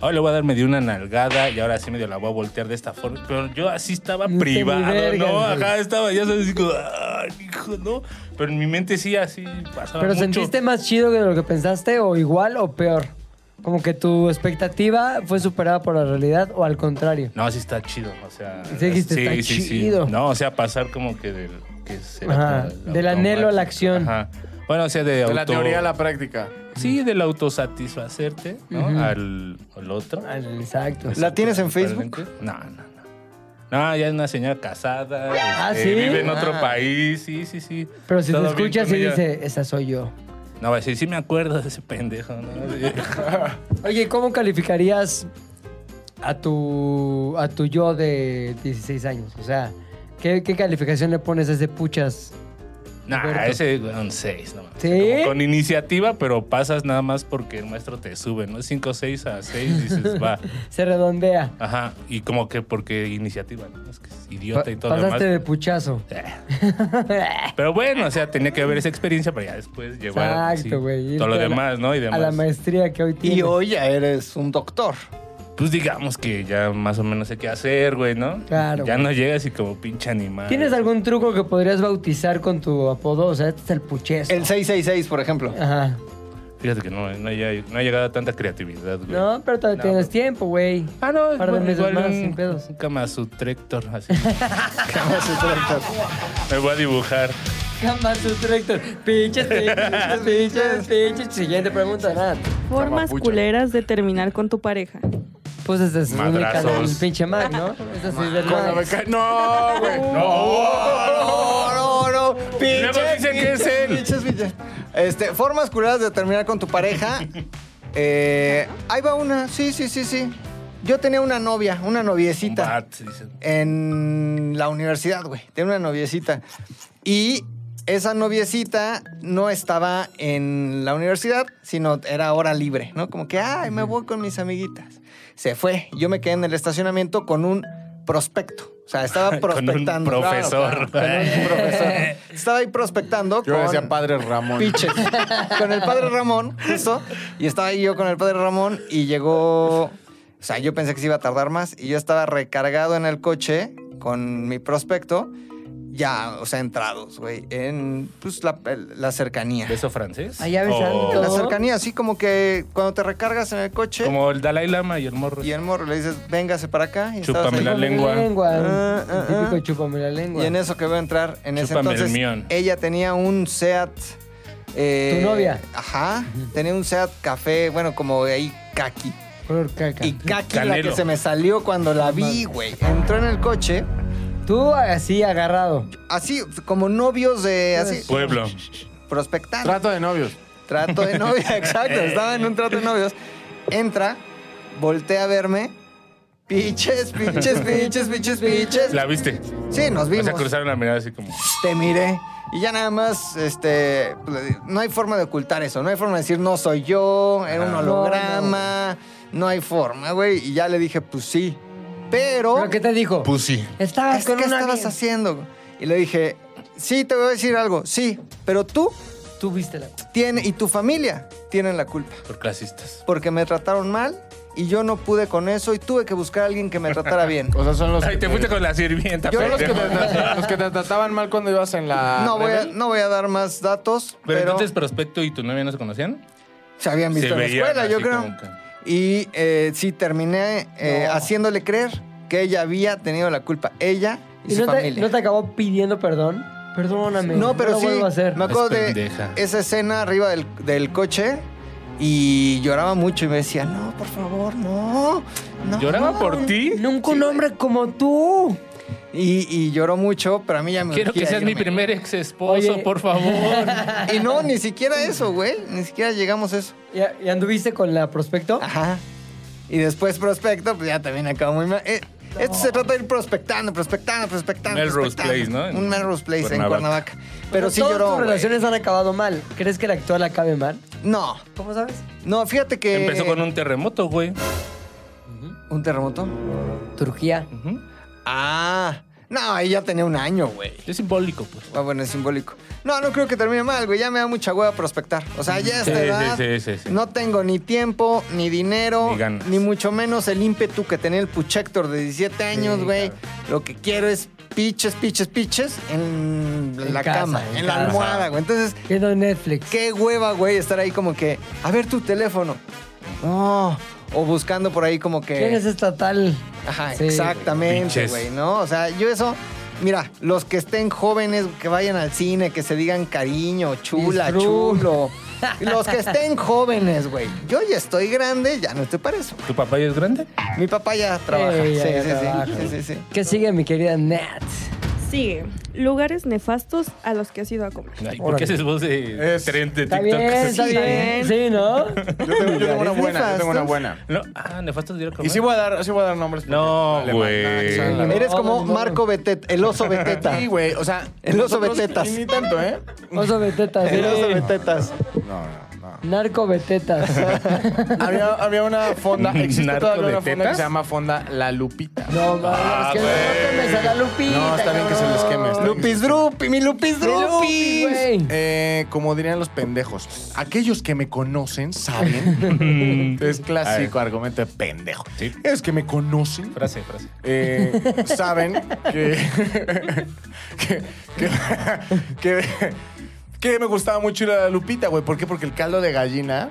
[SPEAKER 3] ahora le voy a dar medio una nalgada y ahora sí medio la voy a voltear de esta forma. Pero yo así estaba
[SPEAKER 1] Ni te ni
[SPEAKER 3] privado,
[SPEAKER 1] vergas,
[SPEAKER 3] ¿no?
[SPEAKER 1] güey.
[SPEAKER 3] Ajá, estaba, ya sabes, así como, "Ay, hijo, ¿no? Pero en mi mente sí, así pasaba.
[SPEAKER 1] Pero
[SPEAKER 3] mucho.
[SPEAKER 1] sentiste más chido que lo que pensaste o igual o peor. Como que tu expectativa fue superada por la realidad o al contrario.
[SPEAKER 3] No, sí está chido, o sea.
[SPEAKER 1] Sí, dijiste, está chido.
[SPEAKER 3] No, o sea, pasar como que del. que será
[SPEAKER 1] Ajá,
[SPEAKER 3] como el
[SPEAKER 1] del anhelo a la
[SPEAKER 3] automático.
[SPEAKER 1] acción.
[SPEAKER 3] Ajá. Bueno, o sea, de,
[SPEAKER 4] De la
[SPEAKER 3] auto-
[SPEAKER 4] teoría a la práctica.
[SPEAKER 3] Sí, del autosatisfacerte, ¿no? al, al otro.
[SPEAKER 1] Ah, Exacto.
[SPEAKER 2] ¿La tienes
[SPEAKER 3] pues,
[SPEAKER 2] en Facebook?
[SPEAKER 3] No, no, no. No, ya es una señora casada.
[SPEAKER 1] Ah,
[SPEAKER 3] este,
[SPEAKER 1] ¿sí?
[SPEAKER 3] Vive en otro
[SPEAKER 2] Ah.
[SPEAKER 3] país, sí, sí, sí.
[SPEAKER 1] Pero si te
[SPEAKER 3] Todo bien
[SPEAKER 1] escuchas
[SPEAKER 3] con
[SPEAKER 1] y
[SPEAKER 3] ella.
[SPEAKER 1] dice, esa soy yo.
[SPEAKER 3] No, va a decir, sí me acuerdo de ese pendejo, ¿no?
[SPEAKER 1] Oye, ¿cómo calificarías a tu, a tu yo de 16 años? O sea, ¿qué, qué calificación le pones a ese puchas
[SPEAKER 3] Nah,
[SPEAKER 1] Roberto.
[SPEAKER 3] ese un 6, no mames.
[SPEAKER 1] ¿Sí?
[SPEAKER 3] Como Con iniciativa, pero pasas nada más porque el maestro te sube, ¿no? 5, 6 a 6, dices, va.
[SPEAKER 1] Se redondea.
[SPEAKER 3] Ajá, y como que porque iniciativa, ¿no? Es que es
[SPEAKER 1] Pa-
[SPEAKER 3] idiota y todo lo demás. Eh.
[SPEAKER 1] pasaste de puchazo.
[SPEAKER 3] Pero bueno, o sea, tenía que haber esa experiencia, pero ya después llegó a- sí,
[SPEAKER 1] Exacto, güey.
[SPEAKER 3] todo lo
[SPEAKER 1] irte a la-
[SPEAKER 3] demás, ¿no? Y
[SPEAKER 1] A la
[SPEAKER 3] demás.
[SPEAKER 1] maestría que hoy tienes.
[SPEAKER 2] Y hoy ya eres un doctor.
[SPEAKER 3] Pues digamos que ya más o menos sé qué hacer, güey, ¿no?
[SPEAKER 1] Claro,
[SPEAKER 3] Ya
[SPEAKER 1] güey.
[SPEAKER 3] no llegas y como pinche animal.
[SPEAKER 1] ¿Tienes algún truco que podrías bautizar con tu apodo? O sea, este es el puchezo.
[SPEAKER 2] El 666, por ejemplo.
[SPEAKER 1] Ajá.
[SPEAKER 3] Fíjate que no, no, haya- no ha llegado a tanta creatividad, güey.
[SPEAKER 1] No, pero todavía tienes tiempo, güey.
[SPEAKER 3] Ah, no,
[SPEAKER 1] Par de
[SPEAKER 3] bueno,
[SPEAKER 1] meses
[SPEAKER 3] igual
[SPEAKER 1] más,
[SPEAKER 3] un,
[SPEAKER 1] sin pedos.
[SPEAKER 3] un Kamasutractor, así.
[SPEAKER 2] doctor.
[SPEAKER 3] Me voy a dibujar.
[SPEAKER 1] Cama su tractor. Pinches, pinches, pinches, pinches. Siguiente pregunta, nada.
[SPEAKER 5] Formas
[SPEAKER 4] Zamapucha.
[SPEAKER 5] culeras de terminar con tu pareja.
[SPEAKER 1] Pues este es el
[SPEAKER 3] Madrazos.
[SPEAKER 1] canal del pinche Mac, ¿no? Esta sí es del
[SPEAKER 4] Cuando me
[SPEAKER 1] Mac.
[SPEAKER 4] cae- No, güey.
[SPEAKER 2] No, no, no. Pinches,
[SPEAKER 3] Luego dicen que es él.
[SPEAKER 2] pinches, pinches. Este, formas curadas de terminar con tu pareja. Eh, ahí va una. Sí, sí, sí, sí. Yo tenía una novia, una
[SPEAKER 3] Un
[SPEAKER 2] noviecita.
[SPEAKER 3] bat, dicen.
[SPEAKER 2] en la universidad, güey. Tenía una noviecita. Y esa noviecita no estaba en la universidad, sino era hora libre, ¿no? Como que, ay, me voy con mis amiguitas. Se fue. Yo me quedé en el estacionamiento con un prospecto. O sea, estaba
[SPEAKER 3] Con un
[SPEAKER 2] prospectando.
[SPEAKER 3] profesor.
[SPEAKER 2] Con un profesor. Estaba ahí prospectando
[SPEAKER 4] Yo
[SPEAKER 2] con...
[SPEAKER 4] decía padre Ramón.
[SPEAKER 2] Piches. con el padre Ramón, justo. Y estaba ahí yo con el padre Ramón y llegó. O sea, yo pensé que se iba a tardar más y yo estaba recargado en el coche con mi prospecto. Ya, o sea, entrados, güey, en pues, la, la cercanía.
[SPEAKER 3] ¿Beso francés?
[SPEAKER 1] Allá besando.
[SPEAKER 2] La
[SPEAKER 1] ¿no?
[SPEAKER 2] cercanía, así como que cuando te recargas en el coche
[SPEAKER 3] Como el Dalai Lama y el morro.
[SPEAKER 2] y el morro le dices, véngase para acá. Y estabas
[SPEAKER 3] Chúpame
[SPEAKER 2] ahí.
[SPEAKER 3] la lengua.
[SPEAKER 2] Ah, ah,
[SPEAKER 1] El típico
[SPEAKER 2] ah.
[SPEAKER 1] chúpame la lengua.
[SPEAKER 2] Y en eso que veo entrar, en ese
[SPEAKER 3] Chúpame el
[SPEAKER 2] entonces,
[SPEAKER 3] mion.
[SPEAKER 2] ella tenía un Seat. eh,
[SPEAKER 1] ¿Tu novia?
[SPEAKER 2] Ajá. Tenía un Seat café, bueno, como ahí kaki.
[SPEAKER 1] Color caca.
[SPEAKER 2] Y kaki la
[SPEAKER 3] Canelo.
[SPEAKER 2] que se me salió cuando la vi, güey. Entró en el coche,
[SPEAKER 1] Tú así agarrado.
[SPEAKER 2] así, como novios de,
[SPEAKER 1] Pues,
[SPEAKER 2] así,
[SPEAKER 3] Pueblo.
[SPEAKER 2] prospectando.
[SPEAKER 4] Trato de novios.
[SPEAKER 2] Trato de novia, exacto. Estaba en un trato de novios. Entra, voltea a verme. Piches, piches, piches, piches, piches.
[SPEAKER 3] ¿La viste?
[SPEAKER 2] Sí, nos
[SPEAKER 3] O
[SPEAKER 2] vimos.
[SPEAKER 3] sea, cruzaron la mirada así como...
[SPEAKER 2] te miré. Y ya nada más, este, pues, le di- no hay forma de ocultar eso, no hay forma de decir no soy yo, era un
[SPEAKER 3] Ajá.
[SPEAKER 2] holograma, Ah. no, hay forma, güey. Y ya le dije, pues sí, pero,
[SPEAKER 1] ¿Pero qué te dijo?
[SPEAKER 3] Pussy.
[SPEAKER 1] Estabas
[SPEAKER 2] es
[SPEAKER 1] con
[SPEAKER 2] ¿qué
[SPEAKER 1] una
[SPEAKER 2] estabas
[SPEAKER 1] bien.
[SPEAKER 2] haciendo? Y le dije, sí, te voy a decir algo, sí, pero tú
[SPEAKER 1] Tú viste la...
[SPEAKER 2] tiene, y tu familia tienen la culpa,
[SPEAKER 3] Por clasistas.
[SPEAKER 2] porque me trataron mal y yo no pude con eso y tuve que buscar a alguien que me tratara bien.
[SPEAKER 4] O sea, son los.
[SPEAKER 3] Ay, te fuiste con la sirvienta,
[SPEAKER 4] Son los que,
[SPEAKER 3] pendejo.
[SPEAKER 4] te, los que te trataban mal cuando ibas en la.
[SPEAKER 2] No voy, a,
[SPEAKER 4] Rebel.
[SPEAKER 2] no voy a dar más datos,
[SPEAKER 3] Ah, Pero
[SPEAKER 2] pero,
[SPEAKER 3] entonces Prospecto y tu novia no se conocían.
[SPEAKER 2] se habían visto
[SPEAKER 3] se
[SPEAKER 2] en la
[SPEAKER 3] veían
[SPEAKER 2] escuela, yo
[SPEAKER 3] así
[SPEAKER 2] creo.
[SPEAKER 3] como que-
[SPEAKER 2] Y eh, sí, terminé eh, haciéndole creer que ella había tenido la culpa. Ella y,
[SPEAKER 1] ¿Y
[SPEAKER 2] su
[SPEAKER 1] no te,
[SPEAKER 2] familia.
[SPEAKER 1] no te acabó pidiendo perdón? Perdóname.
[SPEAKER 2] No, pero
[SPEAKER 1] lo
[SPEAKER 2] sí.
[SPEAKER 1] vuelvo a hacer.
[SPEAKER 2] Me acuerdo de
[SPEAKER 3] Es pendeja.
[SPEAKER 2] esa escena arriba del, del coche y lloraba mucho y me decía, no, por favor, no. no
[SPEAKER 3] ¿Lloraba por ti?
[SPEAKER 1] Nunca un hombre como tú.
[SPEAKER 2] Y, y lloró mucho, pero a mí ya me eh,
[SPEAKER 3] Quiero que
[SPEAKER 2] urgía
[SPEAKER 3] seas mi
[SPEAKER 2] irme.
[SPEAKER 3] primer ex esposo,
[SPEAKER 1] Oye.
[SPEAKER 3] por favor.
[SPEAKER 2] Y no, ni siquiera eso, güey. Ni siquiera llegamos a eso.
[SPEAKER 1] ¿Y, y anduviste con la prospecto?
[SPEAKER 2] Ajá. Y después prospecto, pues ya también acabó muy mal. Eh, Esto se trata de ir prospectando, prospectando, prospectando.
[SPEAKER 3] Melrose
[SPEAKER 2] prospectando.
[SPEAKER 3] Place, ¿no?
[SPEAKER 2] Un Melrose Place en Cuernavaca.
[SPEAKER 3] Cuernavaca.
[SPEAKER 2] Pero
[SPEAKER 1] O sea,
[SPEAKER 2] sí
[SPEAKER 1] todas
[SPEAKER 2] lloró.
[SPEAKER 1] tus
[SPEAKER 2] güey.
[SPEAKER 1] relaciones han acabado mal. ¿Crees que la actual acabe mal?
[SPEAKER 2] No,
[SPEAKER 1] ¿Cómo sabes?
[SPEAKER 2] no, fíjate que.
[SPEAKER 3] Empezó con un terremoto, güey.
[SPEAKER 2] ¿Un terremoto.
[SPEAKER 1] Turquía.
[SPEAKER 3] Ujú.
[SPEAKER 2] Ah, no, ahí ya tenía un año, güey.
[SPEAKER 3] Es simbólico, pues.
[SPEAKER 2] Ah, bueno, es simbólico. No, no creo que termine mal, güey. Ya me da mucha hueva prospectar. O sea, ya a esta
[SPEAKER 3] Sí, sí,
[SPEAKER 2] edad
[SPEAKER 3] sí, sí, sí.
[SPEAKER 2] no tengo ni tiempo, ni dinero,
[SPEAKER 3] Ni ganas.
[SPEAKER 2] mucho menos el ímpetu que tenía el Puchector de 17 años, güey. Lo que quiero es piches, piches, piches en
[SPEAKER 1] En
[SPEAKER 2] la
[SPEAKER 1] casa,
[SPEAKER 2] cama,
[SPEAKER 1] en
[SPEAKER 2] en, la
[SPEAKER 1] casa.
[SPEAKER 2] almohada, güey. Entonces,
[SPEAKER 1] Quedó en Netflix.
[SPEAKER 2] qué hueva, güey, estar ahí como que, a ver tu teléfono. No. O buscando por ahí como que...
[SPEAKER 1] ¿Quién es estatal?
[SPEAKER 2] Ajá,
[SPEAKER 1] Sí,
[SPEAKER 2] exactamente,
[SPEAKER 3] Pinches.
[SPEAKER 2] güey, ¿no? O sea, yo eso, mira, los que estén jóvenes, que vayan al cine, que se digan cariño, chula,
[SPEAKER 1] Disfrute.
[SPEAKER 2] chulo. Los que estén jóvenes, güey. Yo ya estoy grande, ya no estoy para eso.
[SPEAKER 3] ¿Tu papá ya es grande?
[SPEAKER 2] Mi papá ya trabaja.
[SPEAKER 1] Sí,
[SPEAKER 2] Sí,
[SPEAKER 1] ya
[SPEAKER 2] sí, sí,
[SPEAKER 1] trabaja.
[SPEAKER 2] sí, sí, sí.
[SPEAKER 1] ¿Qué sigue, mi querida Nat?
[SPEAKER 5] Sigue. Lugares nefastos a los que has ido a comer.
[SPEAKER 3] Ay, ¿Por
[SPEAKER 1] Órale.
[SPEAKER 3] qué haces voz de
[SPEAKER 4] Es-
[SPEAKER 3] tren de
[SPEAKER 1] Está
[SPEAKER 3] TikTok?
[SPEAKER 1] bien, está
[SPEAKER 5] Sí,
[SPEAKER 1] bien.
[SPEAKER 5] bien.
[SPEAKER 1] Sí, ¿no?
[SPEAKER 4] Yo tengo, yo tengo una
[SPEAKER 2] Lugares
[SPEAKER 4] buena, yo tengo una
[SPEAKER 2] nefastos.
[SPEAKER 4] buena.
[SPEAKER 3] No, ah, nefasto de ir a comer.
[SPEAKER 4] Y sí voy a dar, sí voy a dar nombres. porque-
[SPEAKER 3] No,
[SPEAKER 4] Vale,
[SPEAKER 3] güey.
[SPEAKER 4] vale, que se hagan la-
[SPEAKER 1] Eres
[SPEAKER 2] Eres como
[SPEAKER 1] no, no.
[SPEAKER 2] Marco Beteta, el oso Beteta.
[SPEAKER 4] Sí, güey, o sea...
[SPEAKER 2] El oso
[SPEAKER 4] nosotros-
[SPEAKER 2] betetas.
[SPEAKER 4] y Ni tanto, ¿eh?
[SPEAKER 1] Oso betetas.
[SPEAKER 2] el oso
[SPEAKER 1] sí.
[SPEAKER 2] Betetas.
[SPEAKER 4] No, no, no.
[SPEAKER 1] Narco betetas.
[SPEAKER 4] Había, había una fonda, existe
[SPEAKER 3] ¿Narco
[SPEAKER 4] todavía
[SPEAKER 3] de
[SPEAKER 4] una fonda que
[SPEAKER 3] tetas?
[SPEAKER 4] se llama Fonda La Lupita.
[SPEAKER 1] No, mames,
[SPEAKER 3] Ah,
[SPEAKER 1] que no
[SPEAKER 3] güey.
[SPEAKER 1] quemes a la Lupita.
[SPEAKER 4] No, está bien que se les queme, está bien.
[SPEAKER 2] Lupis Drupi, mi Lupis
[SPEAKER 1] Lupi,
[SPEAKER 2] Drupi.
[SPEAKER 1] güey.
[SPEAKER 4] Eh, como dirían los pendejos, aquellos que me conocen saben. es clásico argumento de pendejo.
[SPEAKER 3] Sí.
[SPEAKER 4] Es que me conocen.
[SPEAKER 3] Frase, frase.
[SPEAKER 4] eh, saben que, que, que, que, que me gustaba mucho ir a la Lupita, güey. ¿Por qué? Porque el caldo de gallina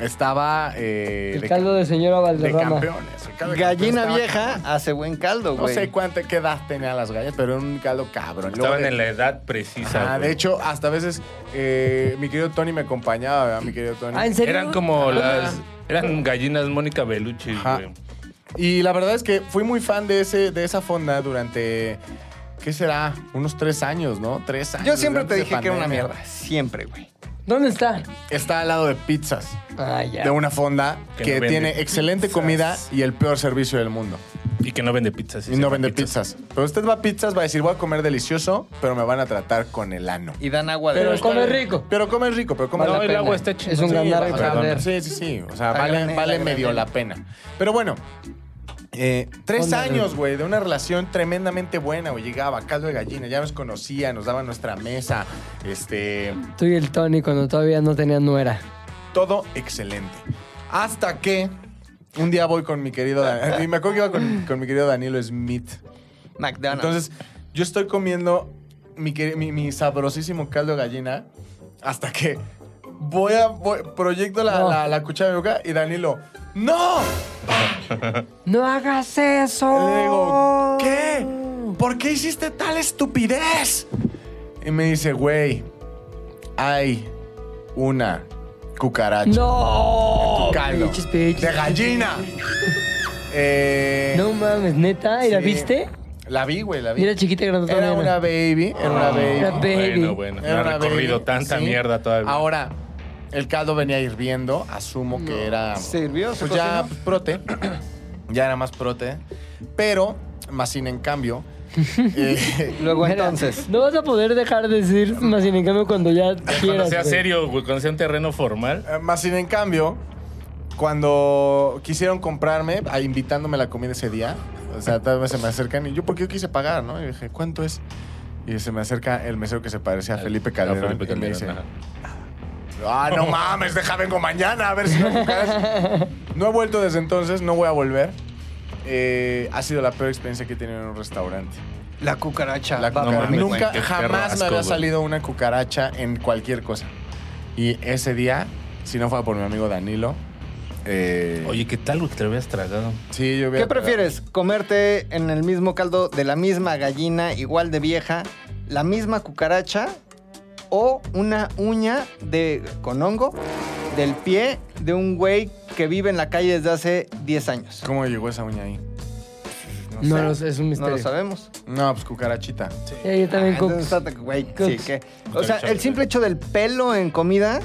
[SPEAKER 4] estaba. eh,
[SPEAKER 1] El caldo de señora
[SPEAKER 4] de
[SPEAKER 1] Valderrama.
[SPEAKER 4] campeones. el caldo de campeones
[SPEAKER 2] Gallina
[SPEAKER 4] estaba-
[SPEAKER 2] vieja hace buen caldo,
[SPEAKER 4] No
[SPEAKER 2] güey.
[SPEAKER 4] sé cuánta qué edad tenían las gallinas, pero era un caldo cabrón. Luego
[SPEAKER 3] Estaban
[SPEAKER 4] de-
[SPEAKER 3] en la edad precisa.
[SPEAKER 4] Ah, de
[SPEAKER 3] güey.
[SPEAKER 4] hecho, hasta a veces eh, mi querido Tony me acompañaba, ¿verdad? Mi querido Tony.
[SPEAKER 1] Ah, ¿en serio?
[SPEAKER 3] Eran como las. Eran gallinas Mónica Bellucci,
[SPEAKER 4] Ajá.
[SPEAKER 3] güey.
[SPEAKER 4] Y la verdad es que fui muy fan de, ese, de esa fonda durante, ¿qué será? Unos tres años, ¿no? Tres años.
[SPEAKER 2] Yo siempre
[SPEAKER 4] antes
[SPEAKER 2] te
[SPEAKER 4] de
[SPEAKER 2] dije que era una
[SPEAKER 4] pandemia.
[SPEAKER 2] mierda. Siempre, güey.
[SPEAKER 1] ¿Dónde está?
[SPEAKER 4] Está al lado de pizzas,
[SPEAKER 1] Ah, ya.
[SPEAKER 4] de una fonda
[SPEAKER 3] Que
[SPEAKER 4] que,
[SPEAKER 3] no vende
[SPEAKER 4] tiene excelente
[SPEAKER 3] pizzas.
[SPEAKER 4] comida y el peor servicio del mundo.
[SPEAKER 3] Y que no vende pizzas. sí
[SPEAKER 4] y no
[SPEAKER 3] sepa
[SPEAKER 4] vende pizzas. Pero usted va a pizzas, va a decir, voy a comer delicioso, pero me van a tratar con el ano.
[SPEAKER 2] Y dan agua de
[SPEAKER 1] Pero
[SPEAKER 2] los
[SPEAKER 1] come
[SPEAKER 4] está-
[SPEAKER 1] rico.
[SPEAKER 4] Pero come rico, pero come
[SPEAKER 1] Vale
[SPEAKER 3] No,
[SPEAKER 1] la
[SPEAKER 3] el
[SPEAKER 1] pena.
[SPEAKER 3] agua está
[SPEAKER 1] Es un
[SPEAKER 3] chingón.
[SPEAKER 1] gran
[SPEAKER 4] Sí,
[SPEAKER 1] narco
[SPEAKER 4] vale,
[SPEAKER 1] perder.
[SPEAKER 4] Sí, sí, sí. O sea,
[SPEAKER 2] La
[SPEAKER 4] vale,
[SPEAKER 2] granela,
[SPEAKER 4] vale
[SPEAKER 2] la
[SPEAKER 4] medio
[SPEAKER 2] granela.
[SPEAKER 4] la pena. Pero bueno, eh, tres
[SPEAKER 1] Onda,
[SPEAKER 4] años, güey, de una relación tremendamente buena, güey. Llegaba caldo de gallina, ya nos conocía, nos daba nuestra mesa, este,
[SPEAKER 1] Tú y el Tony cuando todavía no tenía nuera.
[SPEAKER 4] todo excelente. Hasta que un día voy con mi querido Dan- y me acuerdo que iba con, con mi querido Danilo Smith.
[SPEAKER 2] McDonald's.
[SPEAKER 4] Entonces, yo estoy comiendo mi, queri- mi- mi sabrosísimo caldo de gallina hasta que voy a voy- proyecto la,
[SPEAKER 1] No.
[SPEAKER 4] la- la cuchara de mi boca y Danilo, ¡No!
[SPEAKER 1] ¡No hagas eso!
[SPEAKER 4] Le
[SPEAKER 1] Oh.
[SPEAKER 4] digo, ¿qué? ¿Por qué hiciste tal estupidez? Y me dice, güey, hay una cucaracha.
[SPEAKER 1] ¡No!
[SPEAKER 4] caldo.
[SPEAKER 1] Pichis, pichis.
[SPEAKER 4] De gallina. Eh,
[SPEAKER 1] No mames, neta. ¿Y la
[SPEAKER 4] sí.
[SPEAKER 1] viste?
[SPEAKER 4] La vi, güey, la vi.
[SPEAKER 1] Y era chiquita y grandota.
[SPEAKER 4] Era
[SPEAKER 1] ¿no? Oh.
[SPEAKER 4] una baby, era una
[SPEAKER 1] Era
[SPEAKER 4] baby.
[SPEAKER 1] baby.
[SPEAKER 3] Bueno, bueno.
[SPEAKER 4] Era
[SPEAKER 3] No
[SPEAKER 4] una
[SPEAKER 3] ha recorrido
[SPEAKER 4] baby,
[SPEAKER 3] tanta
[SPEAKER 4] sí.
[SPEAKER 3] mierda todavía.
[SPEAKER 4] Ahora, el caldo venía hirviendo, asumo que era.
[SPEAKER 2] Sirvió, se
[SPEAKER 4] Pues ya
[SPEAKER 2] cocinó.
[SPEAKER 4] prote. Ya era más prote. Pero, más sin en cambio. eh,
[SPEAKER 2] Luego
[SPEAKER 1] Mira,
[SPEAKER 2] entonces.
[SPEAKER 1] No vas a poder dejar de decir más sin en cambio cuando ya quieras.
[SPEAKER 3] Cuando sea
[SPEAKER 1] güey.
[SPEAKER 3] serio, güey, cuando sea un terreno formal.
[SPEAKER 4] Eh, Más sin en cambio, cuando quisieron comprarme, a- invitándome a la comida ese día, o sea, tal vez se me acercan y yo, porque yo quise pagar, ¿no? Y dije, ¿cuánto es? Y se me acerca el mesero que se parece a Felipe Calderón.
[SPEAKER 3] A Felipe
[SPEAKER 4] y me
[SPEAKER 3] Calderón,
[SPEAKER 4] dice,
[SPEAKER 3] ajá.
[SPEAKER 4] ah, no mames, deja, vengo mañana a ver si lo compras. No he vuelto desde entonces, no voy a volver. Eh, ha sido la peor experiencia que he tenido en un restaurante.
[SPEAKER 2] La cucaracha.
[SPEAKER 4] La
[SPEAKER 2] va a
[SPEAKER 4] cucaracha.
[SPEAKER 2] por mí, güey.
[SPEAKER 4] Nunca,
[SPEAKER 3] Qué perro
[SPEAKER 4] jamás
[SPEAKER 3] asco,
[SPEAKER 4] me había
[SPEAKER 3] güey.
[SPEAKER 4] salido una cucaracha en cualquier cosa. Y ese día, si no fuera por mi amigo Danilo, eh,
[SPEAKER 3] Oye, ¿qué tal, güey, que te lo habías tragado?
[SPEAKER 4] sí, yo hubiera-
[SPEAKER 2] ¿Qué prefieres? ¿Comerte en el mismo caldo de la misma gallina, igual de vieja, la misma cucaracha o una uña de, con hongo del pie de un güey que vive en la calle desde hace 10 años?
[SPEAKER 4] ¿Cómo llegó esa uña ahí?
[SPEAKER 1] No
[SPEAKER 2] sé.
[SPEAKER 1] lo sé, es un
[SPEAKER 2] No
[SPEAKER 1] misterio.
[SPEAKER 2] lo sabemos.
[SPEAKER 4] No, pues cucarachita.
[SPEAKER 1] Eh, yo también
[SPEAKER 2] Ah,
[SPEAKER 1] con-
[SPEAKER 2] entonces, tata- güey, sí,
[SPEAKER 1] Cooks.
[SPEAKER 2] que- o sea, el simple hecho del pelo en comida,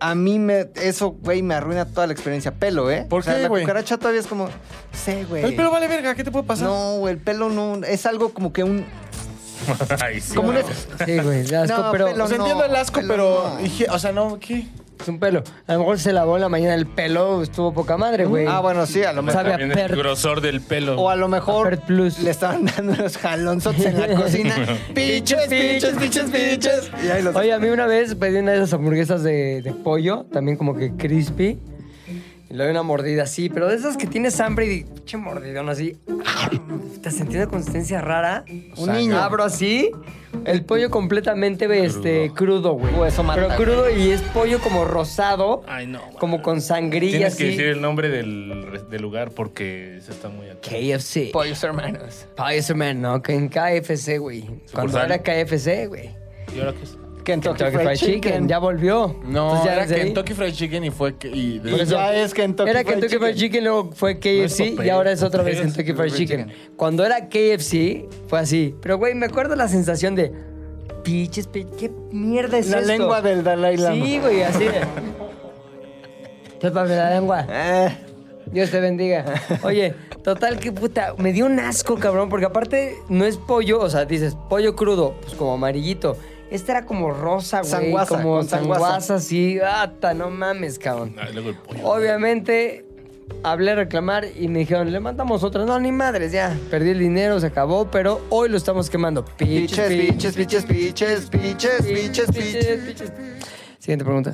[SPEAKER 2] a mí me, eso, güey, me arruina toda la experiencia. Pelo, ¿eh?
[SPEAKER 4] ¿Por
[SPEAKER 2] o sea,
[SPEAKER 4] qué,
[SPEAKER 2] la
[SPEAKER 4] güey?
[SPEAKER 2] cucaracha todavía es como, sé, güey.
[SPEAKER 4] El pelo vale verga, ¿qué te puede pasar?
[SPEAKER 2] No, güey, el pelo no. Es algo como que un.
[SPEAKER 3] Ay, sí.
[SPEAKER 2] Como un.
[SPEAKER 1] Sí, güey, de asco,
[SPEAKER 2] No,
[SPEAKER 1] pero
[SPEAKER 2] pelo.
[SPEAKER 4] O sea,
[SPEAKER 2] no,
[SPEAKER 4] entiendo el asco,
[SPEAKER 2] pelo
[SPEAKER 4] pero...
[SPEAKER 2] no.
[SPEAKER 4] dije, O sea, no, ¿qué?
[SPEAKER 1] es un pelo. A lo mejor se lavó en la mañana el pelo, estuvo poca madre, güey.
[SPEAKER 2] Ah, bueno, sí, a lo mejor.
[SPEAKER 1] Sabe a
[SPEAKER 3] También el
[SPEAKER 1] per...
[SPEAKER 3] grosor del pelo.
[SPEAKER 2] O a lo mejor
[SPEAKER 1] Apert Plus.
[SPEAKER 2] le estaban dando unos jalonzotes en la cocina. piches, piches, piches, piches. Y ahí los.
[SPEAKER 1] Oye, a mí una vez pedí una de esas hamburguesas de, de pollo, también como que crispy. Y le doy una mordida así, pero de esas que tienes hambre y pinche mordidón así. Te sentí una consistencia rara. Un
[SPEAKER 2] Sangre.
[SPEAKER 1] niño. Abro así. El pollo completamente este, crudo, güey.
[SPEAKER 2] O eso mata,
[SPEAKER 1] Pero crudo y es pollo como rosado.
[SPEAKER 3] Ay, no, güey.
[SPEAKER 1] Como con sangrilla
[SPEAKER 3] Tienes que
[SPEAKER 1] así.
[SPEAKER 3] decir el nombre del, re- del lugar porque se está muy acá.
[SPEAKER 1] KFC.
[SPEAKER 2] Pollos hermanos.
[SPEAKER 1] Pollo, man, no, que en KFC, güey. Cuando
[SPEAKER 3] Sucursal.
[SPEAKER 1] era KFC, güey.
[SPEAKER 3] ¿Y ahora qué es?
[SPEAKER 2] Kentucky,
[SPEAKER 1] Kentucky Fried Chicken. ya volvió.
[SPEAKER 4] No,
[SPEAKER 1] Entonces Pues ya
[SPEAKER 4] era
[SPEAKER 1] desde ahí-
[SPEAKER 4] Kentucky Fried Chicken y fue... que- Y
[SPEAKER 2] Y ya es Kentucky
[SPEAKER 1] Era
[SPEAKER 2] Fried
[SPEAKER 1] Kentucky Fried Chicken, luego fue KFC y
[SPEAKER 3] papel.
[SPEAKER 1] ahora es otra vez
[SPEAKER 3] Es
[SPEAKER 1] Kentucky Fried Chicken. Cuando era KFC fue así. Pero, güey, me acuerdo la sensación de... Piches, pi- ¿qué mierda es
[SPEAKER 2] La
[SPEAKER 1] esto?"
[SPEAKER 2] lengua del Dalai Lama.
[SPEAKER 1] Sí, güey, así de... Chúpame la lengua.
[SPEAKER 2] Eh,
[SPEAKER 1] Dios te bendiga. Oye, total, que puta. Me dio un asco, cabrón, porque aparte no es pollo, o sea, dices pollo crudo, pues como amarillito. Este era como rosa, güey.
[SPEAKER 2] Sanguaza,
[SPEAKER 1] como
[SPEAKER 2] con sanguaza.
[SPEAKER 1] sanguaza, así. ¡Ata! No mames, cabrón.
[SPEAKER 3] Ah, luego el pollo.
[SPEAKER 1] Obviamente, hablé a reclamar y me dijeron, le mandamos otra. No, ni madres, ya. Perdí el dinero, se acabó, pero hoy lo estamos quemando.
[SPEAKER 2] Piches, piches, piches, piches, piches, piches, piches.
[SPEAKER 1] piches. Siguiente pregunta.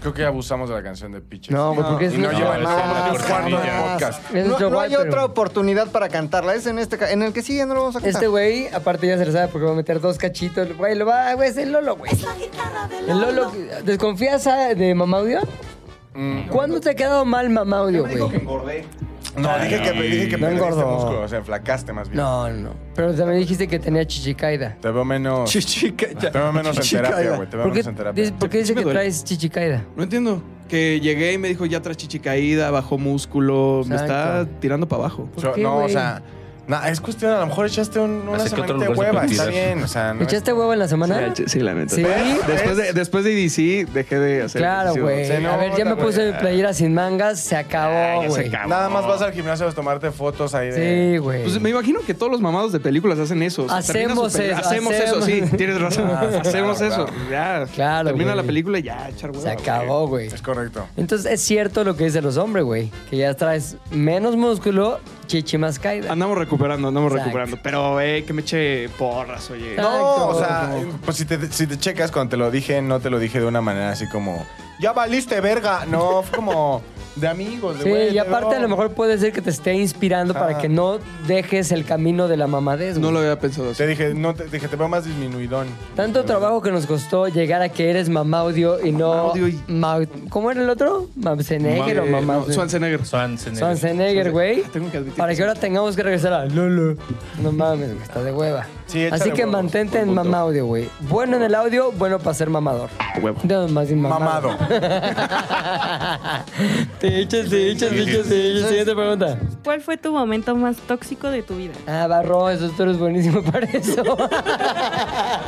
[SPEAKER 4] Creo que abusamos de la canción de Pitches.
[SPEAKER 1] No, güey, porque es
[SPEAKER 4] Y no
[SPEAKER 1] una-
[SPEAKER 4] lleva
[SPEAKER 3] No,
[SPEAKER 2] Ah,
[SPEAKER 4] más,
[SPEAKER 3] es una
[SPEAKER 4] cuarto de
[SPEAKER 3] cortinilla.
[SPEAKER 4] podcast.
[SPEAKER 1] Es
[SPEAKER 2] No,
[SPEAKER 1] otro
[SPEAKER 2] no hay
[SPEAKER 1] guay, pero-
[SPEAKER 2] otra oportunidad para cantarla. Es en este ca- en el que sí ya no lo vamos a cantar.
[SPEAKER 1] Este güey, aparte ya se lo sabe porque va a meter dos cachitos. Güey, lo va, güey, es el Lolo, güey. El Lolo, ¿desconfías ah, de Mamaudio? ¿Cuándo te ha quedado mal Mamaudio, güey?
[SPEAKER 4] No, dije que, dije que
[SPEAKER 1] No
[SPEAKER 4] perdiste
[SPEAKER 1] engordó.
[SPEAKER 4] músculo, o sea, enflacaste más bien.
[SPEAKER 1] No, no. Pero también dijiste que tenía chichicaida.
[SPEAKER 4] Te veo menos.
[SPEAKER 6] Chichica, ya.
[SPEAKER 4] Te veo menos en
[SPEAKER 6] Chichica,
[SPEAKER 4] terapia,
[SPEAKER 6] ya.
[SPEAKER 4] güey. Te veo
[SPEAKER 1] ¿Por qué,
[SPEAKER 4] menos en
[SPEAKER 1] dices-
[SPEAKER 4] terapia.
[SPEAKER 1] por qué dice
[SPEAKER 6] Sí me
[SPEAKER 1] que
[SPEAKER 6] duele.
[SPEAKER 1] traes chichicaida?
[SPEAKER 6] No entiendo. Que llegué y me dijo, ya traes chichi caída, bajó músculo, me está
[SPEAKER 1] Exacto.
[SPEAKER 6] tirando para abajo.
[SPEAKER 1] ¿por
[SPEAKER 4] Yo-
[SPEAKER 1] qué,
[SPEAKER 4] no, o
[SPEAKER 1] güey?
[SPEAKER 4] sea. No, es cuestión, a lo mejor echaste un, una
[SPEAKER 3] Hace que otro
[SPEAKER 4] semanita
[SPEAKER 3] lugar
[SPEAKER 4] de
[SPEAKER 3] se
[SPEAKER 4] hueva,
[SPEAKER 3] puede
[SPEAKER 4] está
[SPEAKER 3] tirar.
[SPEAKER 4] bien, o sea, no es-
[SPEAKER 1] ¿Echaste huevo en la semana?
[SPEAKER 6] Sí, la neta.
[SPEAKER 1] Sí.
[SPEAKER 6] Después de, después de EDC, dejé de hacer
[SPEAKER 1] Claro,
[SPEAKER 6] ejercicio.
[SPEAKER 1] güey.
[SPEAKER 4] Se
[SPEAKER 1] A ver, ya
[SPEAKER 4] nota,
[SPEAKER 1] me puse
[SPEAKER 4] güey.
[SPEAKER 1] mi playera sin mangas, se acabó, güey.
[SPEAKER 4] Ah, Nada más vas al gimnasio a tomarte fotos ahí de...
[SPEAKER 1] Sí, güey.
[SPEAKER 6] Pues me imagino que todos los mamados de películas hacen eso. O sea, termina su
[SPEAKER 1] Hacemos
[SPEAKER 6] peli-
[SPEAKER 1] eso,
[SPEAKER 6] Hacemos eso, sí,
[SPEAKER 1] hacemos- Ah,
[SPEAKER 6] tienes razón. hacemos eso. Ya.
[SPEAKER 1] Claro,
[SPEAKER 6] Termina
[SPEAKER 1] güey.
[SPEAKER 6] la película y ya, echar hueva,
[SPEAKER 1] Se
[SPEAKER 6] güey.
[SPEAKER 1] acabó, güey.
[SPEAKER 4] Eh, Es correcto.
[SPEAKER 1] Entonces es cierto lo que dicen los hombres, güey. Que ya traes menos músculo, chichi más caída.
[SPEAKER 6] Andamos recuperando, andamos
[SPEAKER 1] Exacto.
[SPEAKER 6] recuperando. Pero, eh, que me eche porras, oye.
[SPEAKER 1] No,
[SPEAKER 4] No, o
[SPEAKER 1] Exacto.
[SPEAKER 4] sea, pues si te, si te checas cuando te lo dije, no te lo dije de una manera así como, ya valiste verga. No, fue como de amigos, de
[SPEAKER 1] Sí,
[SPEAKER 4] güey,
[SPEAKER 1] y
[SPEAKER 4] te
[SPEAKER 1] aparte
[SPEAKER 4] veo.
[SPEAKER 1] a lo mejor puede ser que te esté inspirando para
[SPEAKER 4] Ah.
[SPEAKER 1] que no dejes el camino de la mamadez.
[SPEAKER 6] No
[SPEAKER 1] güey.
[SPEAKER 6] lo había pensado así.
[SPEAKER 4] Te dije, no, te dije, te veo más disminuidón.
[SPEAKER 1] Tanto trabajo que nos costó llegar a que eres mamaudio y no...
[SPEAKER 6] Mamaudio y-
[SPEAKER 1] Ma- ¿Cómo era el otro? Mamsenegger o
[SPEAKER 6] Eh,
[SPEAKER 1] mamá...
[SPEAKER 6] no, Schwarzenegger.
[SPEAKER 3] Schwarzenegger.
[SPEAKER 1] Schwarzenegger, güey.
[SPEAKER 6] Tengo que admitir
[SPEAKER 1] Para
[SPEAKER 6] que
[SPEAKER 1] que ahora tengamos que regresar a Lolo. No mames, güey, está de hueva.
[SPEAKER 4] Sí, échale
[SPEAKER 1] Así que
[SPEAKER 4] huevos,
[SPEAKER 1] mantente en mamaudio, güey. Bueno en el audio, bueno para ser mamador.
[SPEAKER 6] Huevo.
[SPEAKER 1] No, más bien mamado.
[SPEAKER 4] Mamado.
[SPEAKER 1] Te echas, te echas, te echas, te echas. Siguiente pregunta.
[SPEAKER 5] ¿Cuál fue tu momento más tóxico de tu vida?
[SPEAKER 1] Ah, Barro, eso tú eres buenísimo para eso.
[SPEAKER 2] Este,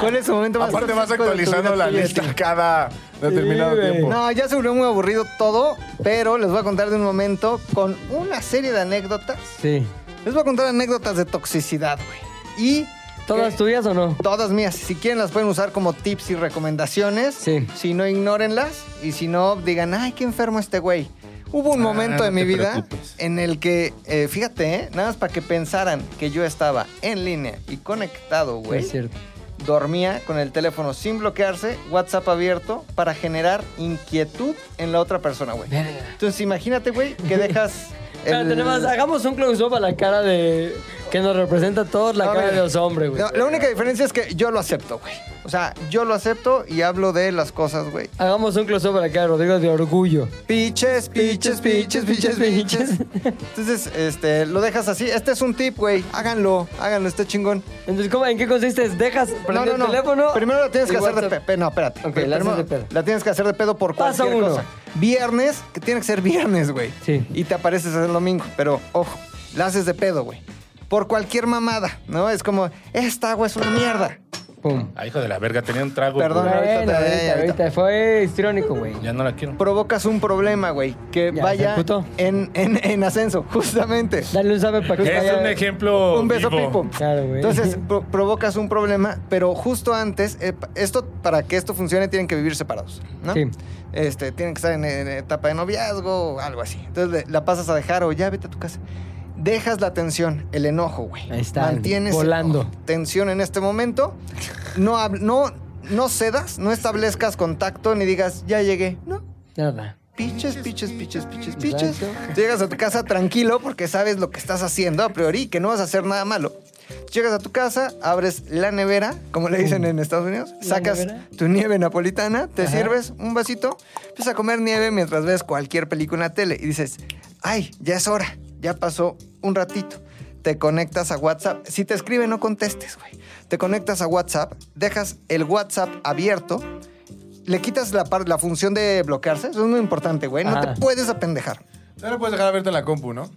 [SPEAKER 2] ¿Cuál es su momento más
[SPEAKER 4] Aparte vas
[SPEAKER 2] tóxico de tu
[SPEAKER 4] actualizando
[SPEAKER 2] vida,
[SPEAKER 4] la
[SPEAKER 2] Piches?
[SPEAKER 4] lista cada determinado
[SPEAKER 1] güey.
[SPEAKER 4] tiempo.
[SPEAKER 2] No, ya se volvió muy aburrido todo, pero les voy a contar de un momento con una serie de anécdotas.
[SPEAKER 1] Sí.
[SPEAKER 2] Les voy a contar anécdotas de toxicidad, güey. Y
[SPEAKER 1] ¿Todas
[SPEAKER 2] que-
[SPEAKER 1] tuyas o no?
[SPEAKER 2] Todas mías. Si quieren las pueden usar como tips y recomendaciones.
[SPEAKER 1] Sí.
[SPEAKER 2] Si no, ignórenlas. Y si no, digan, ay, qué enfermo este güey. Hubo un
[SPEAKER 3] Ah,
[SPEAKER 2] momento
[SPEAKER 3] no
[SPEAKER 2] en mi
[SPEAKER 3] te
[SPEAKER 2] vida
[SPEAKER 3] preocupes.
[SPEAKER 2] en el que, eh, fíjate, eh, nada más para que pensaran que yo estaba en línea y conectado,
[SPEAKER 1] No
[SPEAKER 2] güey.
[SPEAKER 1] es cierto.
[SPEAKER 2] dormía con el teléfono sin bloquearse, WhatsApp abierto, para generar inquietud en la otra persona, güey. Entonces imagínate, güey, que dejas... el-
[SPEAKER 1] Espérate, nada más, hagamos un close-up a la cara de. que nos representa a todos la
[SPEAKER 2] No,
[SPEAKER 1] cara
[SPEAKER 2] mira.
[SPEAKER 1] de los hombres, güey.
[SPEAKER 2] No, la única diferencia es que yo lo acepto, güey. O sea, yo lo acepto y hablo de las cosas, güey.
[SPEAKER 1] Hagamos un close-up a la cara de Rodrigo de orgullo.
[SPEAKER 2] Piches, piches, piches, piches, piches. Entonces, este, lo dejas así. Este es un tip, güey. Háganlo, háganlo, está chingón.
[SPEAKER 1] Entonces, ¿cómo, ¿en qué consiste? ¿Dejas prender el teléfono?
[SPEAKER 2] Primero la tienes
[SPEAKER 1] y
[SPEAKER 2] que hacer de
[SPEAKER 1] WhatsApp?
[SPEAKER 2] pedo. No, espérate.
[SPEAKER 1] Ok,
[SPEAKER 2] Primero
[SPEAKER 1] la haces de pedo.
[SPEAKER 2] la tienes que hacer de pedo por
[SPEAKER 1] Paso
[SPEAKER 2] cualquier
[SPEAKER 1] uno.
[SPEAKER 2] cosa. Viernes, que tiene que ser viernes, güey.
[SPEAKER 1] Sí.
[SPEAKER 2] Y te apareces el domingo. Pero, ojo, la haces de pedo, güey. Por cualquier mamada, ¿no? Es como, esta agua es una mierda.
[SPEAKER 1] Pum.
[SPEAKER 3] Ah, hijo de la verga, tenía un trago.
[SPEAKER 2] Perdón,
[SPEAKER 3] güey.
[SPEAKER 2] ahorita te-
[SPEAKER 1] Bueno,
[SPEAKER 2] ahorita.
[SPEAKER 1] ahorita, ahorita. Fue histriónico, güey.
[SPEAKER 3] Ya no la quiero.
[SPEAKER 2] Provocas un problema, güey, que
[SPEAKER 1] Ya, se
[SPEAKER 2] vaya
[SPEAKER 1] emputó.
[SPEAKER 2] en, en, en ascenso, justamente.
[SPEAKER 1] Dale un sabe para que
[SPEAKER 3] Es
[SPEAKER 1] vaya-
[SPEAKER 3] un ejemplo
[SPEAKER 2] Un beso
[SPEAKER 3] vivo.
[SPEAKER 2] pipo.
[SPEAKER 1] Claro, güey.
[SPEAKER 2] Entonces pro- provocas un problema, pero justo antes, eh, pa- esto para que esto funcione tienen que vivir separados, ¿no?
[SPEAKER 1] Sí.
[SPEAKER 2] Este, tienen que estar en, en etapa de noviazgo o algo así. Entonces le- la pasas a dejar o ya vete a tu casa. Dejas la tensión, el enojo, güey.
[SPEAKER 1] Ahí está,
[SPEAKER 2] Mantienes
[SPEAKER 1] volando.
[SPEAKER 2] el- tensión en este momento. No, hab- no, no cedas, no establezcas contacto ni digas ya llegué. No,
[SPEAKER 1] Nada.
[SPEAKER 2] Piches, piches, piches, piches, piches.
[SPEAKER 1] Exacto.
[SPEAKER 2] Llegas a tu casa tranquilo porque sabes lo que estás haciendo a priori, que no vas a hacer nada malo. Llegas a tu casa, abres la nevera, como le dicen en Estados Unidos,
[SPEAKER 1] Uh. ¿La
[SPEAKER 2] sacas
[SPEAKER 1] nevera?
[SPEAKER 2] tu nieve napolitana, te
[SPEAKER 1] Ajá.
[SPEAKER 2] sirves un vasito, empiezas a comer nieve mientras ves cualquier película en la tele y dices, ay, ya es hora, ya pasó un ratito. te conectas a WhatsApp. Si te escribe, no contestes, güey. Te conectas a WhatsApp, dejas el WhatsApp abierto, le quitas la, par- la función de bloquearse. Eso es muy importante, güey. No
[SPEAKER 1] Ajá.
[SPEAKER 2] te puedes apendejar.
[SPEAKER 4] No lo puedes dejar abierto en la compu, ¿no?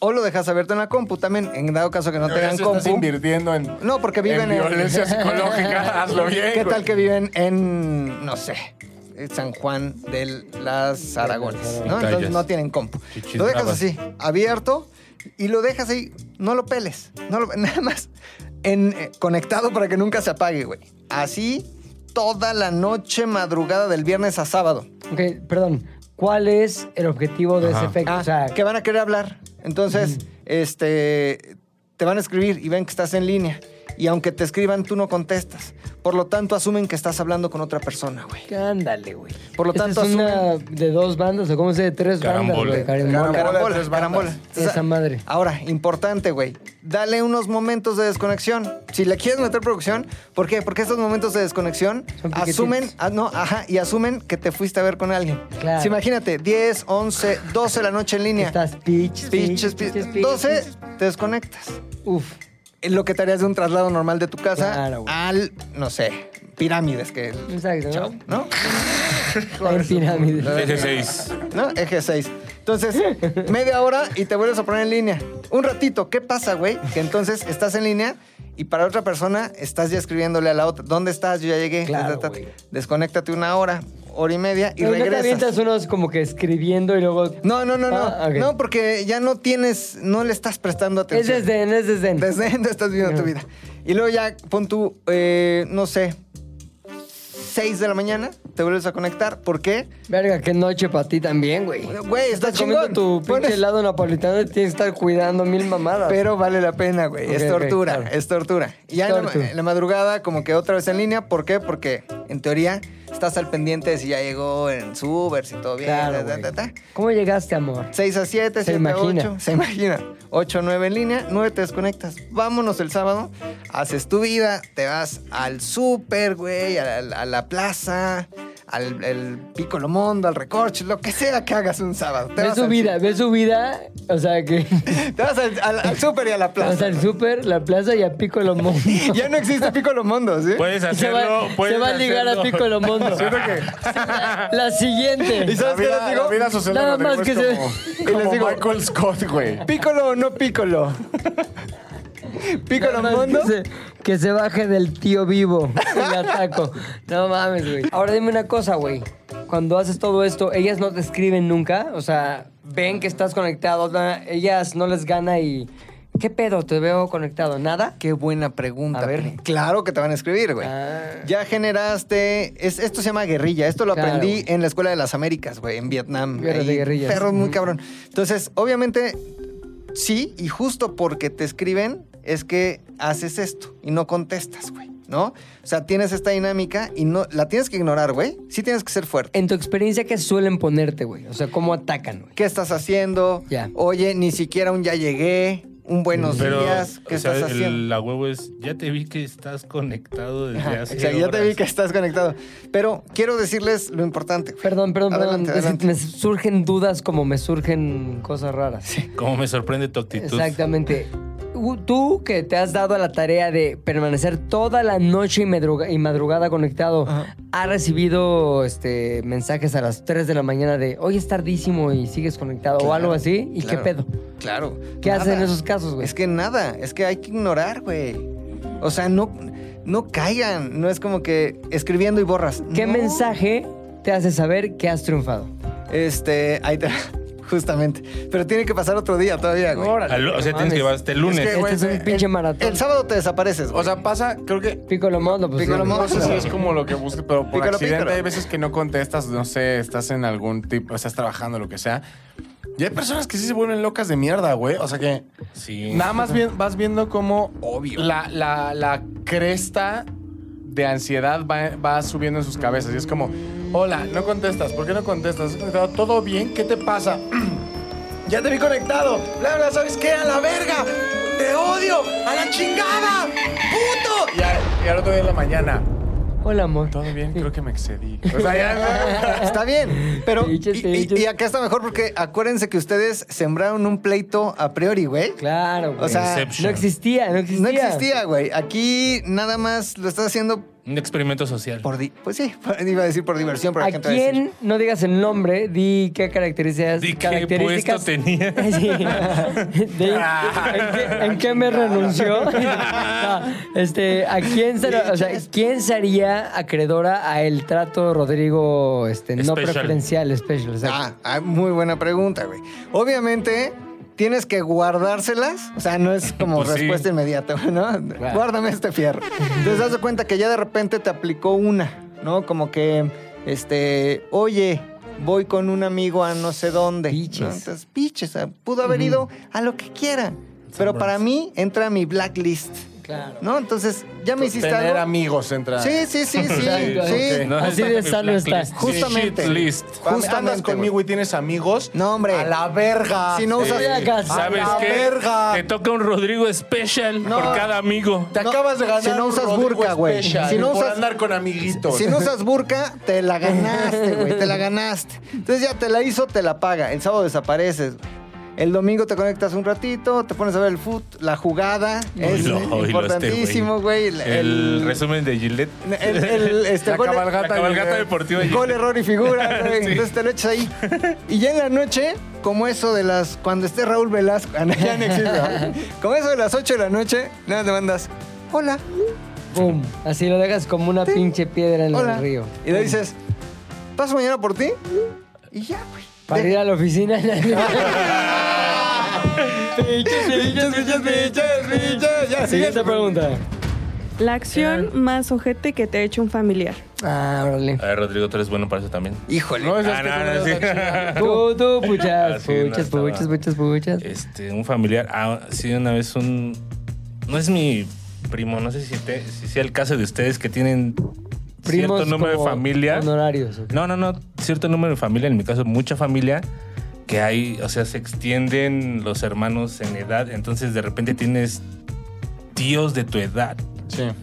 [SPEAKER 2] O lo dejas abierto en la compu también, en dado caso que no
[SPEAKER 4] Pero
[SPEAKER 2] tengan
[SPEAKER 4] eso estás
[SPEAKER 2] compu.
[SPEAKER 4] invirtiendo en.
[SPEAKER 2] No, porque viven
[SPEAKER 4] en. violencia psicológica, hazlo bien.
[SPEAKER 2] ¿Qué tal
[SPEAKER 4] güey.
[SPEAKER 2] que viven en, no sé, en San Juan de las Aragones? ¿no?
[SPEAKER 3] Pitayas.
[SPEAKER 2] Entonces no tienen compu.
[SPEAKER 3] Chichis
[SPEAKER 2] Lo dejas
[SPEAKER 3] bravas.
[SPEAKER 2] así, abierto, y lo dejas ahí. No lo peles. No lo- nada más en, eh, conectado para que nunca se apague, güey. Así toda la noche madrugada del viernes a sábado.
[SPEAKER 1] Ok, perdón. ¿Cuál es el objetivo de ese
[SPEAKER 3] Ajá.
[SPEAKER 1] efecto?
[SPEAKER 2] Ah,
[SPEAKER 1] o sea,
[SPEAKER 2] que van a querer hablar. Entonces, este, te van a escribir y ven que estás en línea. Y aunque te escriban, tú no contestas. Por lo tanto, asumen que estás hablando con otra persona, güey.
[SPEAKER 1] que ándale, güey.
[SPEAKER 2] Por lo
[SPEAKER 1] Esta
[SPEAKER 2] tanto,
[SPEAKER 1] Este es una de dos bandas, o cómo se dice, tres bandas,
[SPEAKER 3] Carambola.
[SPEAKER 1] güey. Carambola.
[SPEAKER 4] Carambola.
[SPEAKER 2] Carambola,
[SPEAKER 4] de tres bandas.
[SPEAKER 2] carambola.
[SPEAKER 1] Esa madre.
[SPEAKER 2] Ahora, importante, güey. Dale unos momentos de desconexión. Si le quieres meter producción, ¿por qué? Porque estos momentos de desconexión
[SPEAKER 1] Son piquetitos.
[SPEAKER 2] asumen, ah, no, ajá, y asumen que te fuiste a ver con alguien.
[SPEAKER 1] Claro.
[SPEAKER 2] Si imagínate, 10, 11, 12 de la noche en línea.
[SPEAKER 1] Estás pitch,
[SPEAKER 2] Pinches, pinches, 12, te desconectas.
[SPEAKER 1] Uf.
[SPEAKER 2] Es lo que te harías de un traslado normal de tu casa
[SPEAKER 1] Claro, güey.
[SPEAKER 2] al, no sé, pirámides, que
[SPEAKER 1] Exacto, ¿no?
[SPEAKER 2] chavo, ¿no?
[SPEAKER 1] Está en pirámide.
[SPEAKER 3] Eje 6.
[SPEAKER 2] ¿No? Eje 6. Entonces, media hora y te vuelves a poner en línea. Un ratito, ¿qué pasa, güey? Que entonces estás en línea y para otra persona estás ya escribiéndole a la otra. ¿Dónde estás? Yo ya llegué.
[SPEAKER 1] Claro,
[SPEAKER 2] Ta, ta, ta.
[SPEAKER 1] güey.
[SPEAKER 2] Desconéctate una hora, hora y media y
[SPEAKER 1] No, ¿No te
[SPEAKER 2] regresas.
[SPEAKER 1] avientas unos como que escribiendo y luego...
[SPEAKER 2] No, no, no, no.
[SPEAKER 1] Ah, ok.
[SPEAKER 2] No, porque ya no tienes, no le estás prestando
[SPEAKER 1] Es
[SPEAKER 2] atención.
[SPEAKER 1] desde, es desde.
[SPEAKER 2] Desde entonces estás viviendo tu vida. Y luego ya pon tu, eh, no sé, 6 de la mañana, te vuelves a conectar. ¿Por qué?
[SPEAKER 1] Verga, qué noche para ti también, güey.
[SPEAKER 2] Güey, estás,
[SPEAKER 1] Estás comiendo
[SPEAKER 2] chingón.
[SPEAKER 1] tu pinche
[SPEAKER 2] Pones-
[SPEAKER 1] helado napolitano y tienes que estar cuidando mil mamadas.
[SPEAKER 2] Pero vale la pena, güey.
[SPEAKER 1] Ok,
[SPEAKER 2] es
[SPEAKER 1] Ah. ok,
[SPEAKER 2] tortura,
[SPEAKER 1] claro.
[SPEAKER 2] es tortura. Y ya en la-
[SPEAKER 1] Tortura.
[SPEAKER 2] en la madrugada, como que otra vez en línea. ¿Por qué? Porque en teoría estás al pendiente de si ya llegó en su Uber, si todo bien.
[SPEAKER 1] Claro,
[SPEAKER 2] ta,
[SPEAKER 1] güey.
[SPEAKER 2] ta, ta.
[SPEAKER 1] ¿Cómo llegaste, amor?
[SPEAKER 2] 6 a 7,
[SPEAKER 1] Se
[SPEAKER 2] 7 a
[SPEAKER 1] imagina.
[SPEAKER 2] 8. Se imagina. 8 a 9 en línea, 9 te desconectas. Vámonos el sábado, haces tu vida, te vas al súper, güey, a, la- a la plaza, al el pico Lomondo, al recorche, lo que sea que hagas un sábado. Te
[SPEAKER 1] Ve
[SPEAKER 2] vas
[SPEAKER 1] su
[SPEAKER 2] al-
[SPEAKER 1] vida, ve su vida. O sea que...
[SPEAKER 2] Te vas al, al- al súper y a la
[SPEAKER 1] Vas
[SPEAKER 2] plaza.
[SPEAKER 1] al súper, la plaza y a Pico Lomondo.
[SPEAKER 2] Ya no existe pico Lomondo, ¿sí?
[SPEAKER 3] Puedes
[SPEAKER 1] Se
[SPEAKER 3] hacerlo.
[SPEAKER 1] va,
[SPEAKER 3] puedes
[SPEAKER 1] se va a ligar a
[SPEAKER 3] hacerlo.
[SPEAKER 1] Pico Lomondo. La siguiente.
[SPEAKER 2] ¿Y sabes qué
[SPEAKER 4] La vida-
[SPEAKER 2] les digo?
[SPEAKER 4] Ah, La vida social de
[SPEAKER 1] Nada
[SPEAKER 4] Rodrigo
[SPEAKER 1] más
[SPEAKER 4] es
[SPEAKER 1] que se-
[SPEAKER 4] como,
[SPEAKER 2] Y les
[SPEAKER 4] como
[SPEAKER 2] digo-
[SPEAKER 4] Michael Scott, güey.
[SPEAKER 2] ¿Pícolo o no pícolo?
[SPEAKER 1] Nada
[SPEAKER 2] ¿Pícolo
[SPEAKER 1] más
[SPEAKER 2] Mondo?
[SPEAKER 1] Que se, que se baje del tío vivo. Le ataco. No mames, güey. Ahora dime una cosa, güey. Cuando haces todo esto, ellas no te escriben nunca. O sea, ven que estás conectado. na- Ellas no les gana y. ¿Qué pedo? Te veo conectado. ¿Nada?
[SPEAKER 2] Qué buena pregunta.
[SPEAKER 1] A ver.
[SPEAKER 2] Penny. Claro que te van a escribir, güey.
[SPEAKER 1] Ah.
[SPEAKER 2] Ya generaste. es- esto se llama guerrilla. Esto lo
[SPEAKER 1] Claro,
[SPEAKER 2] aprendí
[SPEAKER 1] güey.
[SPEAKER 2] en la Escuela de las Américas, güey, en Vietnam.
[SPEAKER 1] Guerra de
[SPEAKER 2] Ahí,
[SPEAKER 1] guerrillas.
[SPEAKER 2] Perros muy
[SPEAKER 1] Ujú.
[SPEAKER 2] cabrón. Entonces, obviamente, sí, y justo porque te escriben, es que haces esto y no contestas, güey. ¿No? O sea, tienes esta dinámica y no la tienes que ignorar, güey. Sí tienes que ser fuerte.
[SPEAKER 1] En tu experiencia, ¿qué suelen ponerte, güey? O sea, ¿cómo atacan, güey?
[SPEAKER 2] ¿Qué estás haciendo?
[SPEAKER 1] Ya.
[SPEAKER 2] Oye, ni siquiera un ya llegué, un buenos
[SPEAKER 3] Pero,
[SPEAKER 2] días. ¿Qué
[SPEAKER 3] o sea,
[SPEAKER 2] estás
[SPEAKER 3] el-
[SPEAKER 2] haciendo?
[SPEAKER 3] la huevo es, ya te vi que estás conectado desde
[SPEAKER 2] Ajá,
[SPEAKER 3] hace
[SPEAKER 2] o sea, ya te vi
[SPEAKER 3] horas".
[SPEAKER 2] que estás conectado. Pero quiero decirles lo importante. güey.
[SPEAKER 1] Perdón, perdón,
[SPEAKER 2] Adelante,
[SPEAKER 1] perdón. Es que
[SPEAKER 2] adelante.
[SPEAKER 1] me surgen dudas como me surgen cosas raras.
[SPEAKER 3] Como me sorprende tu actitud.
[SPEAKER 1] Exactamente. U- Tú que te has dado a la tarea de permanecer toda la noche y, madruga- y madrugada conectado,
[SPEAKER 2] Ajá.
[SPEAKER 1] ¿ha recibido este, mensajes a las 3 de la mañana de hoy es tardísimo y sigues conectado o
[SPEAKER 2] Claro,
[SPEAKER 1] algo así? ¿Y
[SPEAKER 2] claro.
[SPEAKER 1] qué pedo?
[SPEAKER 2] Claro.
[SPEAKER 1] ¿Qué
[SPEAKER 2] nada.
[SPEAKER 1] hacen en esos casos, güey?
[SPEAKER 2] Es que nada, es que hay que ignorar, güey. O sea, no, no caigan. No es como que escribiendo y borras.
[SPEAKER 1] ¿Qué
[SPEAKER 2] No.
[SPEAKER 1] mensaje te hace saber que has triunfado?
[SPEAKER 2] Este, ahí te- Justamente. Pero tiene que pasar otro día todavía, güey.
[SPEAKER 3] Al- o sea, tienes que llevar este lunes.
[SPEAKER 4] Es que, güey,
[SPEAKER 1] Este es un
[SPEAKER 4] el-
[SPEAKER 1] pinche maratón.
[SPEAKER 2] El sábado te desapareces, güey.
[SPEAKER 4] O sea, pasa, creo que
[SPEAKER 1] Pico lo mondo, pues.
[SPEAKER 2] Piccolo
[SPEAKER 1] sí.
[SPEAKER 2] Mondo.
[SPEAKER 4] No sé si es como lo que buscas, pero por
[SPEAKER 2] Pícalo,
[SPEAKER 4] accidente
[SPEAKER 2] pícalo.
[SPEAKER 4] hay veces que no contestas, no sé, estás en algún tipo, estás trabajando, lo que sea. Y hay personas que sí se vuelven locas de mierda, güey. O sea que
[SPEAKER 3] Sí.
[SPEAKER 4] nada más bien, vas viendo cómo la, la, la cresta de ansiedad va, va subiendo en sus cabezas. Y es como, hola, no contestas, ¿por qué no contestas? ¿Has conectado? ¿Todo bien? ¿Qué te pasa? ya te vi conectado. Bla, bla, ¿sabes qué? A la verga. Te odio. A la chingada. Puto. Y, a- y al otro día en la mañana.
[SPEAKER 1] Hola, amor.
[SPEAKER 4] Todo bien, creo que me excedí. O sea, ya.
[SPEAKER 2] Está bien, pero y,
[SPEAKER 1] Pinches,
[SPEAKER 2] y-
[SPEAKER 1] pinches.
[SPEAKER 2] y acá está mejor porque acuérdense que ustedes sembraron un pleito a priori, güey.
[SPEAKER 1] Claro, güey.
[SPEAKER 2] O sea,
[SPEAKER 1] no existía, no existía.
[SPEAKER 2] No existía, güey. Aquí nada más lo estás haciendo
[SPEAKER 3] Un experimento social.
[SPEAKER 2] por... di- pues sí, por- iba a decir por diversión, pero
[SPEAKER 1] ¿A
[SPEAKER 2] la gente va decir,
[SPEAKER 1] quién? No digas el nombre, di qué características.
[SPEAKER 3] Di qué
[SPEAKER 1] características-
[SPEAKER 3] puesto tenía. Ah.
[SPEAKER 1] Sí. Di ¿En, qué, en qué me renunció? No, este, ¿a quién, se lo- o sea, quién sería acreedora a el trato Rodrigo este, no
[SPEAKER 3] Special.
[SPEAKER 1] preferencial, special? exacto?
[SPEAKER 2] Ah, ah, muy buena pregunta, güey. Obviamente, tienes que guardárselas. O sea, no es como
[SPEAKER 3] Pues sí.
[SPEAKER 2] respuesta inmediata, güey, ¿no? Guárdame este fierro. Entonces, das de cuenta que ya de repente te aplicó una, ¿no? Como que, este, oye, voy con un amigo a no sé dónde. ¿no?
[SPEAKER 1] Piches.
[SPEAKER 2] Entonces, piches. o sea, pudo haber ido a lo que quiera. Pero para mí, entra a mi blacklist,
[SPEAKER 1] claro.
[SPEAKER 2] ¿no? Entonces, ya me hiciste
[SPEAKER 4] Tener
[SPEAKER 2] algo.
[SPEAKER 4] amigos entra.
[SPEAKER 2] Sí, sí, sí, sí, sí.
[SPEAKER 1] ok.
[SPEAKER 3] No,
[SPEAKER 1] Así de
[SPEAKER 3] mi
[SPEAKER 1] sano está.
[SPEAKER 3] blacklist.
[SPEAKER 2] Justamente.
[SPEAKER 3] Shit list.
[SPEAKER 4] Justamente,
[SPEAKER 2] Justamente,
[SPEAKER 4] andas conmigo y tienes amigos.
[SPEAKER 2] No, hombre.
[SPEAKER 4] A la verga.
[SPEAKER 2] Si no usas-
[SPEAKER 1] Voy a casar.
[SPEAKER 3] Eh, ¿Sabes
[SPEAKER 4] ¡A la
[SPEAKER 3] qué?
[SPEAKER 4] verga!
[SPEAKER 3] Te toca un Rodrigo Special
[SPEAKER 2] No.
[SPEAKER 3] por cada amigo.
[SPEAKER 4] Te
[SPEAKER 2] No,
[SPEAKER 4] acabas de ganar.
[SPEAKER 2] si no
[SPEAKER 4] un
[SPEAKER 2] usas
[SPEAKER 4] Rodrigo
[SPEAKER 2] burka, güey.
[SPEAKER 4] Special
[SPEAKER 2] Si no
[SPEAKER 4] por
[SPEAKER 2] usas-
[SPEAKER 4] andar con amiguitos.
[SPEAKER 2] Si no usas burka, te la ganaste, güey. Te la ganaste. Entonces ya te la hizo, te la paga. El sábado desapareces, güey. El domingo te conectas un ratito, te pones a ver el foot, la jugada. es
[SPEAKER 3] Oílo, oílo, este
[SPEAKER 2] importantísimo, güey. El,
[SPEAKER 3] El resumen de Gillette.
[SPEAKER 2] el- el- este,
[SPEAKER 4] La
[SPEAKER 2] gol,
[SPEAKER 4] cabalgata.
[SPEAKER 3] La cabalgata deportiva de
[SPEAKER 2] gol,
[SPEAKER 3] Gillette.
[SPEAKER 2] error y figura. güey.
[SPEAKER 3] Sí.
[SPEAKER 2] Entonces te lo echas ahí. Y ya en la noche, como eso de las. Cuando esté Raúl Velasco. ah, no, Ya no existe. ¿verdad? Como eso de las 8 de la noche, nada, te mandas. Hola.
[SPEAKER 1] Pum. Así lo dejas como una pinche piedra en
[SPEAKER 2] Hola.
[SPEAKER 1] el río.
[SPEAKER 2] Y le dices, ¿paso mañana por ti? Y ya, güey.
[SPEAKER 1] Para ir a la oficina.
[SPEAKER 2] Bichos, bichos, bichos, bichos. Ya,
[SPEAKER 1] Siguiente pregunta.
[SPEAKER 5] La acción más ojete que te ha hecho un familiar.
[SPEAKER 1] Ah, órale.
[SPEAKER 3] A ver, Rodrigo, tú eres bueno para eso también.
[SPEAKER 2] Híjole.
[SPEAKER 4] No, esas
[SPEAKER 3] Ah,
[SPEAKER 4] que
[SPEAKER 3] no,
[SPEAKER 4] son
[SPEAKER 3] no,
[SPEAKER 4] las
[SPEAKER 3] sí.
[SPEAKER 4] chidas.
[SPEAKER 1] Tú, tú, puchas,
[SPEAKER 3] Así no
[SPEAKER 1] puchas,
[SPEAKER 3] estaba.
[SPEAKER 1] puchas, puchas, puchas.
[SPEAKER 3] Este, un familiar. Ah, sí, una vez un. No es mi primo, no sé si, te- si sea el caso de ustedes que tienen cierto número de
[SPEAKER 1] como
[SPEAKER 3] familia.
[SPEAKER 1] Honorarios. ¿ok?
[SPEAKER 3] No, no, no. Cierto número de familia, en mi caso, mucha familia, que hay, o sea, se extienden los hermanos en edad. Entonces, de repente tienes tíos de tu edad,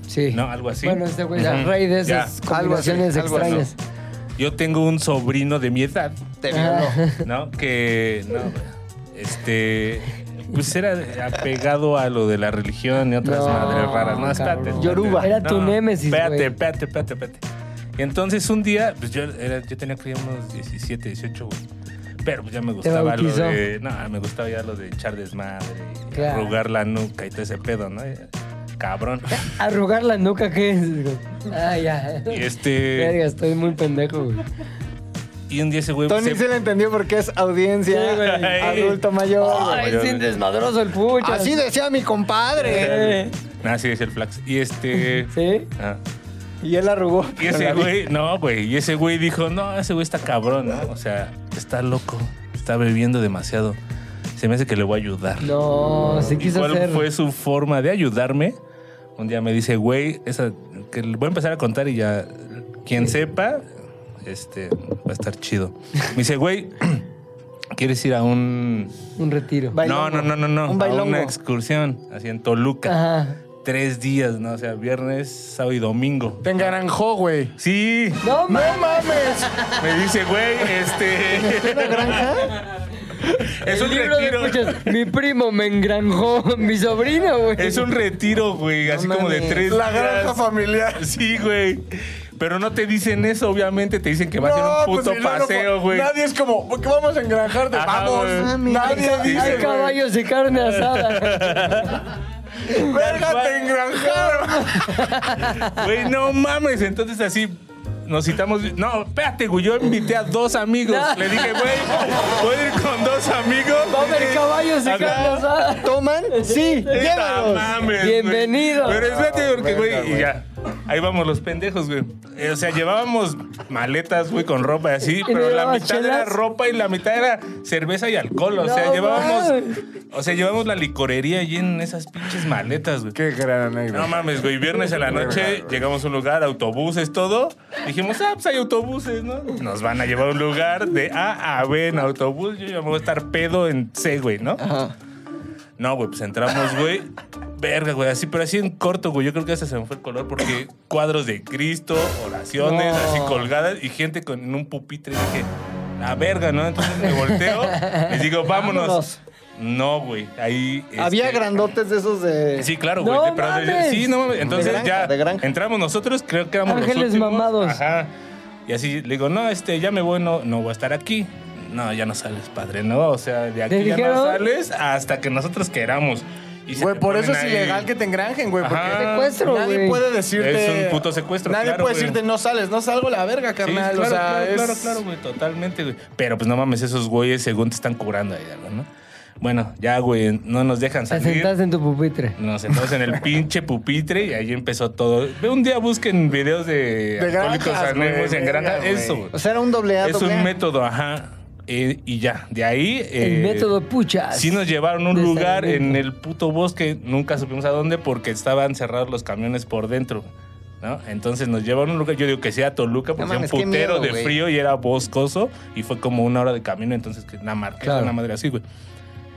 [SPEAKER 1] Sí.
[SPEAKER 3] ¿no? Algo así.
[SPEAKER 1] Bueno, este güey, el
[SPEAKER 3] Ujú.
[SPEAKER 1] rey de
[SPEAKER 3] Ya.
[SPEAKER 1] esas combinaciones
[SPEAKER 2] algo así.
[SPEAKER 1] extrañas.
[SPEAKER 3] Yo tengo un sobrino de mi edad,
[SPEAKER 2] Te violó.
[SPEAKER 3] ¿no? Que, no, este, pues era apegado a lo de la religión y otras
[SPEAKER 1] No,
[SPEAKER 3] madres raras. No, espérate.
[SPEAKER 1] cabrón.
[SPEAKER 3] espérate.
[SPEAKER 2] Yoruba.
[SPEAKER 1] Era tu némesis,
[SPEAKER 3] Espérate,
[SPEAKER 1] güey.
[SPEAKER 3] espérate, espérate, espérate. Y entonces un día, pues yo, era- yo tenía que ir unos 17, 18, güey. Pero pues ya me gustaba lo
[SPEAKER 1] bautizó.
[SPEAKER 3] de. No, me gustaba ya lo de echar desmadre, y
[SPEAKER 1] Claro.
[SPEAKER 3] arrugar la nuca y todo ese pedo, ¿no? Cabrón.
[SPEAKER 1] Ah, Arrugar la nuca, ¿qué es? güey? Ah, ya.
[SPEAKER 3] Y este.
[SPEAKER 1] Verga, estoy muy pendejo, güey.
[SPEAKER 3] Y un día ese güey. pues,
[SPEAKER 2] Ah, Tony
[SPEAKER 3] se-
[SPEAKER 2] se le entendió porque es
[SPEAKER 1] Sí, güey.
[SPEAKER 2] audiencia adulto mayor.
[SPEAKER 1] Ay,
[SPEAKER 3] Mayor.
[SPEAKER 1] sin desmadroso el puchas.
[SPEAKER 2] Así decía mi compadre.
[SPEAKER 1] Eh,
[SPEAKER 3] Ah, sí, es el flax. Y este.
[SPEAKER 1] ¿Sí?
[SPEAKER 3] ah,
[SPEAKER 2] Y él arrugó.
[SPEAKER 3] Y ese güey, no, güey. Y ese güey dijo, no, ese güey está cabrón, ¿no? O sea, está loco, está bebiendo demasiado. Se me hace que le voy a ayudar.
[SPEAKER 1] No, se
[SPEAKER 3] ¿Y
[SPEAKER 1] quiso
[SPEAKER 3] cuál
[SPEAKER 1] hacer.
[SPEAKER 3] fue su forma de ayudarme? Un día me dice, güey, esa, que voy a empezar a contar y ya quien sepa, este, va a estar chido. Me dice, güey, ¿quieres ir a un...
[SPEAKER 1] Un retiro.
[SPEAKER 2] Bailongo.
[SPEAKER 3] No, no, no, no, no.
[SPEAKER 2] Un
[SPEAKER 3] a
[SPEAKER 2] bailongo.
[SPEAKER 3] una excursión, así en Toluca.
[SPEAKER 1] Ajá.
[SPEAKER 3] Tres días, ¿no? O sea, viernes, sábado y domingo.
[SPEAKER 4] Te engaranjó, güey.
[SPEAKER 3] Sí.
[SPEAKER 1] No, mames.
[SPEAKER 4] mames!
[SPEAKER 3] Me dice, güey, este... es
[SPEAKER 1] El
[SPEAKER 3] un
[SPEAKER 1] libro de
[SPEAKER 3] retiro.
[SPEAKER 1] puchas. Mi primo me engranjó. Mi sobrino, güey.
[SPEAKER 3] Es un retiro, güey, así como de
[SPEAKER 2] mames.
[SPEAKER 3] tres
[SPEAKER 4] La granja
[SPEAKER 3] días.
[SPEAKER 4] familiar.
[SPEAKER 3] Sí, güey. Pero no te dicen eso, obviamente. Te dicen que va a ser un
[SPEAKER 4] pues,
[SPEAKER 3] puto
[SPEAKER 4] si no, no,
[SPEAKER 3] paseo, güey.
[SPEAKER 4] Nadie es como, ¿por qué vamos a engranjarte?
[SPEAKER 3] Ajá,
[SPEAKER 4] vamos.
[SPEAKER 3] güey.
[SPEAKER 2] Mami,
[SPEAKER 4] Nadie
[SPEAKER 2] hay
[SPEAKER 4] dice,
[SPEAKER 1] Hay
[SPEAKER 4] güey,
[SPEAKER 1] caballos y carne asada.
[SPEAKER 4] verga, te engranjaron.
[SPEAKER 3] Güey, no mames. Entonces así nos citamos. No, espérate, güey. Yo invité a dos amigos.
[SPEAKER 1] No.
[SPEAKER 3] Le dije, güey, voy a ir con dos amigos.
[SPEAKER 1] Va a haber caballos y
[SPEAKER 3] Ajá.
[SPEAKER 1] carne asada.
[SPEAKER 2] ¿Toman? Sí,
[SPEAKER 1] Esta
[SPEAKER 3] No
[SPEAKER 2] llévalos.
[SPEAKER 3] mames, güey.
[SPEAKER 1] Bienvenidos.
[SPEAKER 3] Pero espérate, porque,
[SPEAKER 4] verga,
[SPEAKER 3] güey,
[SPEAKER 4] güey.
[SPEAKER 3] y ya. Ahí vamos los pendejos, güey. Eh, O sea, llevábamos maletas, güey, con ropa y así, pero la
[SPEAKER 1] llevabas
[SPEAKER 3] mitad era
[SPEAKER 1] chelas?
[SPEAKER 3] ropa y la mitad era cerveza y alcohol. O sea,
[SPEAKER 1] No
[SPEAKER 3] llevábamos.
[SPEAKER 1] mames.
[SPEAKER 3] O sea, llevamos la licorería allí en esas pinches maletas, güey.
[SPEAKER 4] Qué gran anécdota.
[SPEAKER 3] No mames, güey. Viernes en la noche llegamos a un lugar, autobuses, todo. Dijimos, ah, pues hay autobuses, ¿no? Nos van a llevar a un lugar de "Ah, A a B en autobús. Yo ya me voy a estar pedo en C, güey, ¿no? No, güey, pues entramos, güey. Verga, güey, así, pero así en corto, güey. Yo creo que hasta se me fue el color porque cuadros de Cristo, oraciones,
[SPEAKER 2] No.
[SPEAKER 3] así colgadas y gente con en un pupitre. Y dije, la verga, ¿no? Entonces me volteo, les digo, vámonos.
[SPEAKER 2] Vámonos.
[SPEAKER 3] No, güey, ahí.
[SPEAKER 2] Había
[SPEAKER 3] este,
[SPEAKER 2] grandotes de esos de.
[SPEAKER 3] Sí, claro, güey.
[SPEAKER 1] ¡No
[SPEAKER 3] de- pero de-
[SPEAKER 1] mames!
[SPEAKER 3] sí, no mames. Entonces
[SPEAKER 2] granja,
[SPEAKER 3] ya
[SPEAKER 2] de granja.
[SPEAKER 3] entramos nosotros, creo que éramos los
[SPEAKER 1] Ángeles
[SPEAKER 3] últimos.
[SPEAKER 1] mamados.
[SPEAKER 3] Ajá. Y así le digo, no, este, ya me voy, no, no voy a estar aquí. No, ya no sales, padre, no. O sea, de aquí ya
[SPEAKER 1] dijeron?
[SPEAKER 3] no sales hasta que nosotros queramos. Y se
[SPEAKER 4] Güey,
[SPEAKER 3] te
[SPEAKER 4] por
[SPEAKER 3] ponen
[SPEAKER 4] eso es
[SPEAKER 3] ahí.
[SPEAKER 4] ilegal que te engranjen, güey. Porque
[SPEAKER 2] Ah,
[SPEAKER 3] Ajá.
[SPEAKER 1] Secuestro,
[SPEAKER 4] nadie
[SPEAKER 1] güey.
[SPEAKER 4] puede decirte.
[SPEAKER 3] Es un puto secuestro,
[SPEAKER 4] Nadie
[SPEAKER 3] claro,
[SPEAKER 4] puede
[SPEAKER 3] güey.
[SPEAKER 4] decirte, no sales, no salgo la verga,
[SPEAKER 3] Sí,
[SPEAKER 4] carnal.
[SPEAKER 3] claro,
[SPEAKER 4] o sea,
[SPEAKER 3] claro,
[SPEAKER 4] es.
[SPEAKER 3] claro, claro, güey, totalmente, güey. Pero pues no mames, esos güeyes según te están curando ahí, algo, ¿no? Bueno, ya, güey, no nos dejan
[SPEAKER 1] Te
[SPEAKER 3] salir.
[SPEAKER 1] sentaste en tu pupitre.
[SPEAKER 3] Nos sentamos en el pinche pupitre y ahí empezó todo. Ve un día busquen videos de,
[SPEAKER 4] De granjas,
[SPEAKER 3] alcohólicos anónimos
[SPEAKER 4] güey,
[SPEAKER 3] en
[SPEAKER 4] verga,
[SPEAKER 3] granja.
[SPEAKER 4] güey.
[SPEAKER 3] Eso, güey.
[SPEAKER 2] O sea, era un doble A,
[SPEAKER 3] es
[SPEAKER 2] doble
[SPEAKER 3] un
[SPEAKER 2] A.
[SPEAKER 3] método, ajá. Eh, y ya, de ahí.
[SPEAKER 1] El
[SPEAKER 3] eh,
[SPEAKER 1] método puchas.
[SPEAKER 3] Sí nos llevaron a un
[SPEAKER 1] De
[SPEAKER 3] lugar en
[SPEAKER 1] Sarmiento.
[SPEAKER 3] el puto bosque, nunca supimos a dónde porque estaban cerrados los camiones por dentro, ¿no? Entonces nos llevaron a un lugar, yo digo que sea Toluca porque
[SPEAKER 2] No
[SPEAKER 3] era un
[SPEAKER 2] mames, qué
[SPEAKER 3] putero
[SPEAKER 2] miedo,
[SPEAKER 3] de
[SPEAKER 2] güey.
[SPEAKER 3] frío y era boscoso y fue como una hora de camino, entonces que una marca,
[SPEAKER 1] Claro.
[SPEAKER 3] una madre así, güey.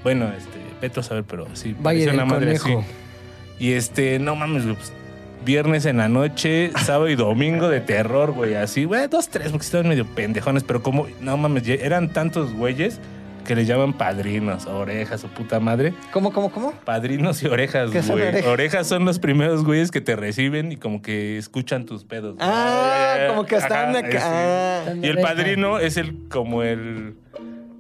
[SPEAKER 3] Bueno, este, Petro a saber, pero sí,
[SPEAKER 1] Valle
[SPEAKER 3] parecía
[SPEAKER 1] del
[SPEAKER 3] una madre así.
[SPEAKER 1] Conejo.
[SPEAKER 3] Y este, no mames, güey, pues, viernes en la noche, sábado y domingo de terror, güey, así, güey, dos, tres, porque estaban medio pendejones, pero como, no mames, ya eran tantos güeyes que les llaman padrinos, orejas o puta madre.
[SPEAKER 2] ¿Cómo, cómo, cómo?
[SPEAKER 3] Padrinos y orejas,
[SPEAKER 2] ¿Qué son
[SPEAKER 3] güey.
[SPEAKER 2] orejas?
[SPEAKER 3] Orejas? son los primeros güeyes que te reciben y como que escuchan tus pedos. güey.
[SPEAKER 2] Ah,
[SPEAKER 3] Eh,
[SPEAKER 2] como que están
[SPEAKER 3] ajá,
[SPEAKER 2] acá.
[SPEAKER 3] eh, sí.
[SPEAKER 2] Ah.
[SPEAKER 3] Y el padrino es el como el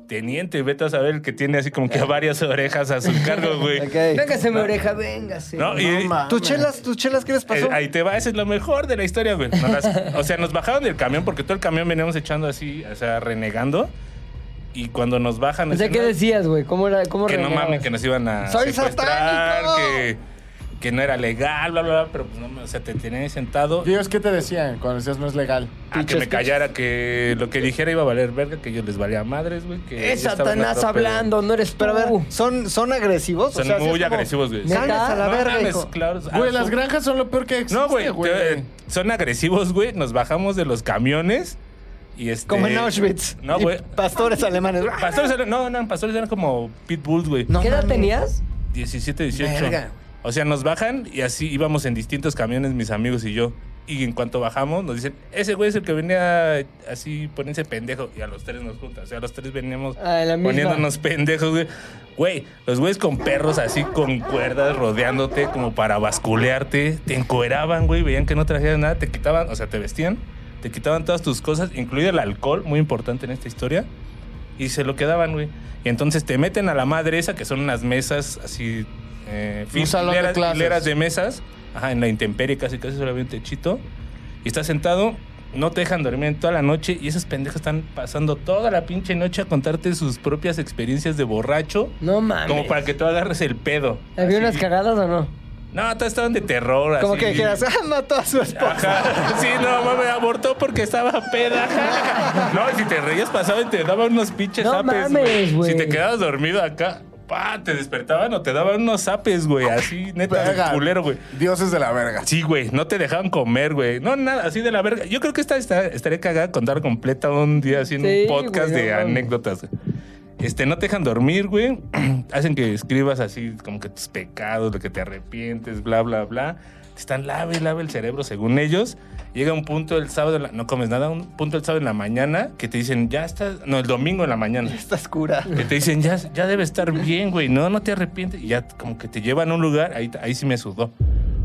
[SPEAKER 3] teniente, vete a saber, el que tiene así como que varias orejas a su cargo, güey.
[SPEAKER 2] Eh. Ok.
[SPEAKER 1] Véngase, mi oreja, véngase.
[SPEAKER 3] ¿No? Y,
[SPEAKER 4] No mames.
[SPEAKER 2] ¿Tus chelas, tus chelas qué les pasó?
[SPEAKER 3] Eh, ahí te va, eso es lo mejor de la historia, güey. Nos las- o sea, nos bajaron del camión porque todo el camión veníamos echando así, o sea, renegando. Y cuando nos bajan.
[SPEAKER 1] O sea,
[SPEAKER 3] dicen,
[SPEAKER 1] ¿qué
[SPEAKER 3] "No,
[SPEAKER 1] decías, güey? ¿Cómo era? ¿Cómo
[SPEAKER 3] Que no
[SPEAKER 1] renegabas?
[SPEAKER 3] mames, que nos iban a.
[SPEAKER 2] ¡Soy
[SPEAKER 3] secuestrar,
[SPEAKER 2] satánico!
[SPEAKER 3] Que, que no era legal, bla, bla, bla. Pero pues no, mames, o sea, te tenían ahí sentado.
[SPEAKER 4] ¿Y ellos qué te decían cuando decías no es legal?
[SPEAKER 3] A que me callara, que lo que dijera iba a valer verga, que yo les valía madres, güey. que
[SPEAKER 1] Es
[SPEAKER 3] yo estaba
[SPEAKER 1] Satanás
[SPEAKER 3] hablando, pero-
[SPEAKER 1] hablando, no eres
[SPEAKER 2] Pero a ver,
[SPEAKER 1] tú.
[SPEAKER 2] ¿son, son agresivos? O
[SPEAKER 3] Son
[SPEAKER 2] sea, sí es
[SPEAKER 3] muy
[SPEAKER 2] como,
[SPEAKER 3] agresivos, güey.
[SPEAKER 2] "Sales a la
[SPEAKER 3] No
[SPEAKER 2] verga,
[SPEAKER 3] mames,
[SPEAKER 2] hijo".
[SPEAKER 3] claro.
[SPEAKER 4] Güey,
[SPEAKER 3] Ah,
[SPEAKER 4] las
[SPEAKER 3] son-
[SPEAKER 4] granjas son lo peor que existe,
[SPEAKER 3] No, güey.
[SPEAKER 4] güey.
[SPEAKER 3] te- Son agresivos, güey. Nos bajamos de los camiones y este.
[SPEAKER 2] Como en Auschwitz.
[SPEAKER 3] No,
[SPEAKER 2] Y
[SPEAKER 3] güey.
[SPEAKER 2] Pastores alemanes.
[SPEAKER 3] Pastores eran, no, no, pastores eran como pitbulls, güey.
[SPEAKER 2] No
[SPEAKER 1] ¿Qué edad
[SPEAKER 2] mames.
[SPEAKER 1] tenías?
[SPEAKER 3] 17, 18.
[SPEAKER 2] Verga.
[SPEAKER 3] O sea, nos bajan y así íbamos en distintos camiones, mis amigos y yo. Y en cuanto bajamos, nos dicen, ese güey es el que venía así poniéndose pendejo. Y a los tres nos juntan. O sea, a los tres veníamos
[SPEAKER 1] Ah, en la misma.
[SPEAKER 3] poniéndonos pendejos, güey. Güey, los güeyes con perros así, con cuerdas rodeándote como para basculearte. Te encueraban, güey. Veían que no trajeras nada. Te quitaban, o sea, te vestían. Te quitaban todas tus cosas, incluido el alcohol, muy importante en esta historia y se lo quedaban, güey. Y entonces te meten a la madre esa, que son unas mesas así, eh,
[SPEAKER 4] Un salón de
[SPEAKER 3] hileras,
[SPEAKER 4] clases.
[SPEAKER 3] hileras de mesas, ajá, en la intemperie casi, casi solamente techito. Y estás sentado, no te dejan dormir en toda la noche y esos pendejos están pasando toda la pinche noche a contarte sus propias experiencias de borracho,
[SPEAKER 1] No mames.
[SPEAKER 3] como para que Ah, tú agarres el pedo.
[SPEAKER 1] ¿Había unas
[SPEAKER 3] Así.
[SPEAKER 1] cagadas o no?
[SPEAKER 3] No, todas estaban de terror.
[SPEAKER 2] Como
[SPEAKER 3] así.
[SPEAKER 2] que dijeras, ah, mató a su esposa.
[SPEAKER 3] Ajá. Sí, no, mames, abortó porque estaba peda. No, y si te reías pasaba y te daban unos pinches
[SPEAKER 1] No
[SPEAKER 3] zapes,
[SPEAKER 1] mames, güey.
[SPEAKER 3] Si te quedabas dormido acá, pa, te despertaban o te daban unos zapes, güey. Así, neta,
[SPEAKER 4] Verga.
[SPEAKER 3] culero, güey.
[SPEAKER 4] Dioses de la verga.
[SPEAKER 3] Sí, güey, no te dejaban comer, güey. No, nada, así de la verga. Yo creo que esta está- estaría cagada contar completa un día haciendo
[SPEAKER 1] Sí,
[SPEAKER 3] un podcast
[SPEAKER 1] güey,
[SPEAKER 3] de
[SPEAKER 1] no mames.
[SPEAKER 3] anécdotas. güey. Este, no te dejan dormir, güey. Hacen que escribas así como que tus pecados, lo que te arrepientes, bla, bla, bla. Te están lave, y lave el cerebro según ellos. Llega un punto el sábado, en la- no comes nada, un punto el sábado en la mañana que te dicen, ya estás, no, el domingo en la mañana.
[SPEAKER 2] Estás cura.
[SPEAKER 3] Que te dicen, ya, ya debe estar bien, güey. No, no te arrepientes. Y ya como que te llevan a un lugar, ahí, ahí sí me sudó.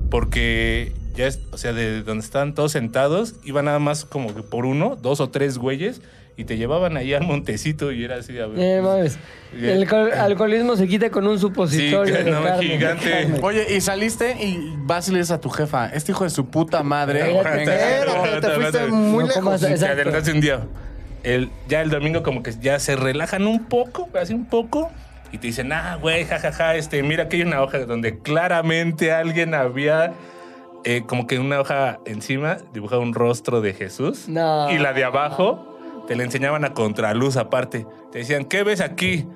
[SPEAKER 3] Porque ya es, o sea, de donde estaban todos sentados, iban nada más como que por uno, dos o tres güeyes, y te llevaban ahí al montecito y era así, a ver. pues,
[SPEAKER 1] Eh, mames.
[SPEAKER 3] Bien.
[SPEAKER 1] El alcohol- alcoholismo se quita con un
[SPEAKER 3] sí,
[SPEAKER 1] supositorio.
[SPEAKER 3] que-
[SPEAKER 1] de
[SPEAKER 3] no,
[SPEAKER 1] carne.
[SPEAKER 3] gigante.
[SPEAKER 4] Oye, y saliste y vas y le dices a tu jefa, este hijo de su puta madre.
[SPEAKER 1] Espérate,
[SPEAKER 4] venga,
[SPEAKER 2] Pero,
[SPEAKER 3] Espérate,
[SPEAKER 2] pero te fuiste
[SPEAKER 3] espérate.
[SPEAKER 2] muy
[SPEAKER 1] No
[SPEAKER 2] lejos.
[SPEAKER 1] comas-
[SPEAKER 3] Te
[SPEAKER 1] Exacto.
[SPEAKER 3] adelantaste un día. El, ya el domingo como que ya se relajan un poco, así un poco, y te dicen, ah, güey, jajaja, este, mira que hay una hoja donde claramente alguien había eh, como que en una hoja encima dibujaba un rostro de Jesús.
[SPEAKER 1] No.
[SPEAKER 3] Y la de abajo te la enseñaban a contraluz aparte. Te decían, ¿qué ves aquí?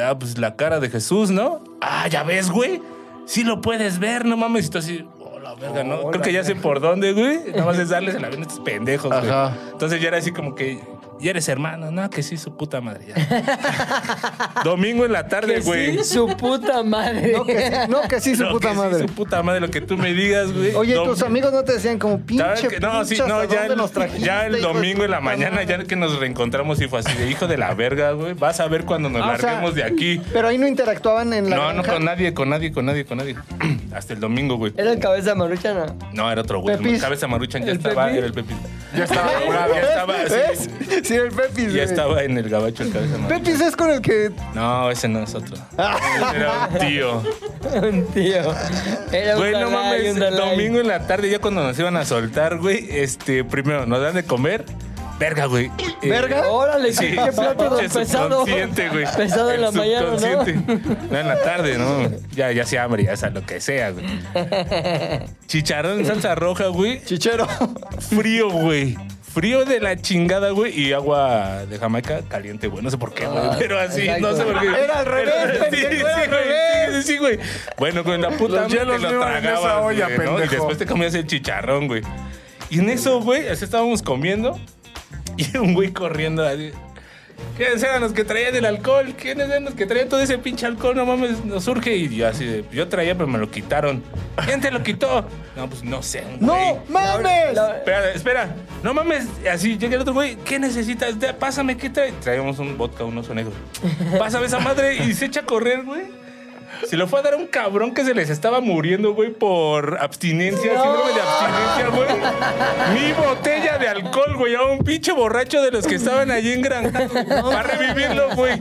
[SPEAKER 3] Ah, pues la cara de Jesús, ¿no? Ah, ya ves, güey. Sí lo puedes ver, no mames. Y tú así, oh, la verga, ¿no? Creo que ya sé por dónde, güey. Nada más es darles el avión a estos pendejos, güey.
[SPEAKER 4] Ajá.
[SPEAKER 3] Entonces ya era así como que Y eres hermano, no, que sí, su puta madre. ya. Domingo en la tarde,
[SPEAKER 1] Que
[SPEAKER 3] güey.
[SPEAKER 1] sí, su puta madre.
[SPEAKER 2] No, que sí, no, que sí, su
[SPEAKER 3] No,
[SPEAKER 2] puta
[SPEAKER 3] que sí,
[SPEAKER 2] madre.
[SPEAKER 3] su puta madre, lo que tú me digas, güey.
[SPEAKER 2] Oye,
[SPEAKER 3] Dom-
[SPEAKER 2] tus amigos no te decían como
[SPEAKER 3] ¿Sabes
[SPEAKER 2] pinche.
[SPEAKER 3] qué? No, sí,
[SPEAKER 2] puchas,
[SPEAKER 3] no,
[SPEAKER 2] ¿a
[SPEAKER 3] ya
[SPEAKER 2] dónde
[SPEAKER 3] el,
[SPEAKER 2] nos trajiste,
[SPEAKER 3] ya el
[SPEAKER 2] hijo de
[SPEAKER 3] domingo
[SPEAKER 2] tu
[SPEAKER 3] en la
[SPEAKER 2] puta
[SPEAKER 3] mañana,
[SPEAKER 2] madre?
[SPEAKER 3] ya que nos reencontramos y fue así de hijo de la verga, güey. Vas a ver cuando nos
[SPEAKER 2] Ah, o sea,
[SPEAKER 3] larguemos de aquí.
[SPEAKER 2] Pero ahí no interactuaban en la.
[SPEAKER 3] No, no
[SPEAKER 2] granja.
[SPEAKER 3] con nadie, con nadie, con nadie, con nadie. Hasta el domingo, güey.
[SPEAKER 1] Era el cabeza maruchana.
[SPEAKER 3] No, era otro güey.
[SPEAKER 2] Pepis.
[SPEAKER 3] Cabeza Maruchan ya
[SPEAKER 1] ¿El
[SPEAKER 3] estaba,
[SPEAKER 1] Pepis?
[SPEAKER 3] era el Pepis.
[SPEAKER 4] Ya estaba curado.
[SPEAKER 3] Ya estaba, sí.
[SPEAKER 2] ¿Ves? ¿Eh? Sí, el Pepis.
[SPEAKER 3] Ya
[SPEAKER 2] güey.
[SPEAKER 3] estaba en el gabacho el Cabeza Maruchan.
[SPEAKER 2] Pepis es con el que.
[SPEAKER 3] No, ese no es otro. Ese Era un tío.
[SPEAKER 1] Un tío. Era un
[SPEAKER 3] Güey, no
[SPEAKER 1] Dalai,
[SPEAKER 3] mames,
[SPEAKER 1] un Dalai.
[SPEAKER 3] domingo en la tarde, ya cuando nos iban a soltar, güey, este, primero, nos dan de comer. Verga, güey. Eh,
[SPEAKER 2] ¿Verga?
[SPEAKER 1] Órale,
[SPEAKER 3] Sí,
[SPEAKER 1] qué plato tan
[SPEAKER 3] pinche
[SPEAKER 1] pesado.
[SPEAKER 3] subconsciente, güey.
[SPEAKER 1] Pesado en
[SPEAKER 3] El
[SPEAKER 1] la mañana, ¿no?
[SPEAKER 3] subconsciente. No, en la tarde, ¿no? Ya, ya se hambre, ya sea lo que sea, güey. Chicharrón en salsa roja, güey.
[SPEAKER 2] Chichero.
[SPEAKER 3] Frío, güey. Frío de la chingada, güey. Y agua de Jamaica caliente, güey. No sé por qué, güey.
[SPEAKER 1] Ah,
[SPEAKER 3] pero así,
[SPEAKER 1] exacto.
[SPEAKER 3] no sé por qué.
[SPEAKER 2] Era al revés,
[SPEAKER 3] Pero- sí,
[SPEAKER 2] pendejo, era
[SPEAKER 3] sí,
[SPEAKER 2] al
[SPEAKER 3] güey,
[SPEAKER 2] revés.
[SPEAKER 3] sí, sí, güey. Bueno, con la puta
[SPEAKER 4] Los
[SPEAKER 3] hambre te
[SPEAKER 4] hielos no
[SPEAKER 3] lo
[SPEAKER 4] iban en esa
[SPEAKER 3] tragabas,
[SPEAKER 4] olla,
[SPEAKER 3] güey, ¿no? Y
[SPEAKER 4] pendejo.
[SPEAKER 3] después te comías el chicharrón, güey. Y en eso, güey, así estábamos comiendo. Y un güey corriendo así. ¿Quiénes eran los que traían el alcohol? ¿Quiénes eran los que traían todo ese pinche alcohol? No mames, nos surge. Y yo así de, yo traía, pero me lo quitaron. ¿Quién te lo quitó? No, pues no sé, un
[SPEAKER 2] ¡No
[SPEAKER 3] güey.
[SPEAKER 2] mames!
[SPEAKER 1] La-
[SPEAKER 3] Espera, espera. No mames. Así llega el otro güey. ¿Qué necesitas? Da- Pásame, ¿qué trae? Traemos un vodka, un oso negro. Pásame esa madre y se echa a correr, güey. Se lo fue a dar a un cabrón que se les estaba muriendo, güey, por abstinencia, síndrome de abstinencia, güey. Mi botella de alcohol, güey, a un pinche borracho de los que estaban allí en Granja, güey, para revivirlo, güey.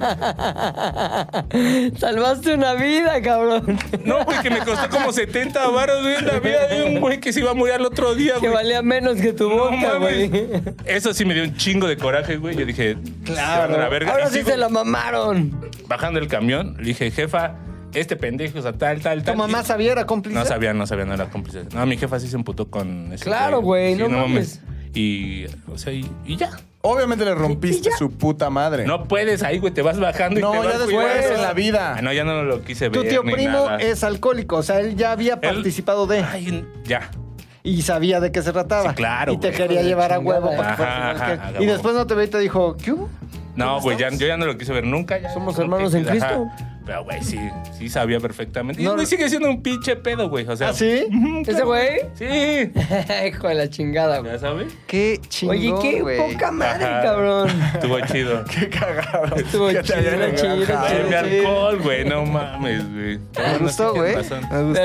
[SPEAKER 1] Salvaste una vida, cabrón.
[SPEAKER 3] No, güey, que me costó como 70 baros, güey, la vida de un güey que se iba a morir al otro día,
[SPEAKER 1] Que
[SPEAKER 3] güey.
[SPEAKER 1] valía menos que tu
[SPEAKER 3] No
[SPEAKER 1] boca,
[SPEAKER 3] mames.
[SPEAKER 1] güey.
[SPEAKER 3] Eso sí me dio un chingo de coraje, güey. Yo dije, claro, la verga.
[SPEAKER 1] Ahora
[SPEAKER 3] Y
[SPEAKER 1] sí
[SPEAKER 3] sigo
[SPEAKER 1] se la mamaron.
[SPEAKER 3] Bajando el camión, le dije, jefa, este pendejo, o sea, tal, tal,
[SPEAKER 2] ¿Tu
[SPEAKER 3] tal.
[SPEAKER 2] mamá
[SPEAKER 3] Y-
[SPEAKER 2] sabía, era cómplice?
[SPEAKER 3] No sabía, no sabía, no era cómplice. No, mi jefa sí se emputó con ese
[SPEAKER 1] Claro, güey, no mames.
[SPEAKER 3] Y, o sea, y, y ya.
[SPEAKER 4] Obviamente le rompiste su puta madre.
[SPEAKER 3] No puedes ahí, güey, te vas bajando y
[SPEAKER 4] No,
[SPEAKER 3] te vas
[SPEAKER 4] ya después,
[SPEAKER 3] cuidando.
[SPEAKER 4] en la vida.
[SPEAKER 3] Ah, no, ya no lo quise ver.
[SPEAKER 2] Tu tío
[SPEAKER 3] ni
[SPEAKER 2] primo
[SPEAKER 3] nada.
[SPEAKER 2] es alcohólico, o sea, él ya había participado de.
[SPEAKER 3] Ay, ya.
[SPEAKER 2] Y sabía de qué se trataba.
[SPEAKER 3] Sí, claro,
[SPEAKER 2] Y te
[SPEAKER 3] güey.
[SPEAKER 2] quería llevar a
[SPEAKER 1] Chingada.
[SPEAKER 2] huevo. para que fueras
[SPEAKER 3] Ajá,
[SPEAKER 2] igual que
[SPEAKER 3] ajá,
[SPEAKER 2] él.
[SPEAKER 3] a
[SPEAKER 2] y
[SPEAKER 3] huevo.
[SPEAKER 2] después no te ve y te dijo, ¿qué hubo?
[SPEAKER 3] No, güey, ya, yo ya no lo quise ver nunca. ya.
[SPEAKER 1] Somos
[SPEAKER 3] Como
[SPEAKER 1] hermanos
[SPEAKER 3] que-
[SPEAKER 1] en Cristo.
[SPEAKER 3] Pero, güey, sí, sí sabía perfectamente. Y
[SPEAKER 2] No,
[SPEAKER 3] el güey
[SPEAKER 2] no.
[SPEAKER 3] sigue siendo un pinche pedo, güey. O sea,
[SPEAKER 2] ¿Ah, sí?
[SPEAKER 3] Ujú,
[SPEAKER 1] ¿Ese güey?
[SPEAKER 3] Sí.
[SPEAKER 1] Hijo de la chingada, güey.
[SPEAKER 3] ¿Ya sabes?
[SPEAKER 2] Qué chingón,
[SPEAKER 1] Oye, qué
[SPEAKER 2] güey.
[SPEAKER 1] poca madre,
[SPEAKER 3] Ajá.
[SPEAKER 1] cabrón.
[SPEAKER 3] Estuvo chido.
[SPEAKER 4] Qué cagado.
[SPEAKER 1] Estuvo
[SPEAKER 4] Que te hayan
[SPEAKER 1] chido,
[SPEAKER 4] engañado.
[SPEAKER 1] chido,
[SPEAKER 3] Ay, mi
[SPEAKER 1] chido.
[SPEAKER 3] alcohol, güey, no mames, güey.
[SPEAKER 2] Me gustó, güey. Me gustó.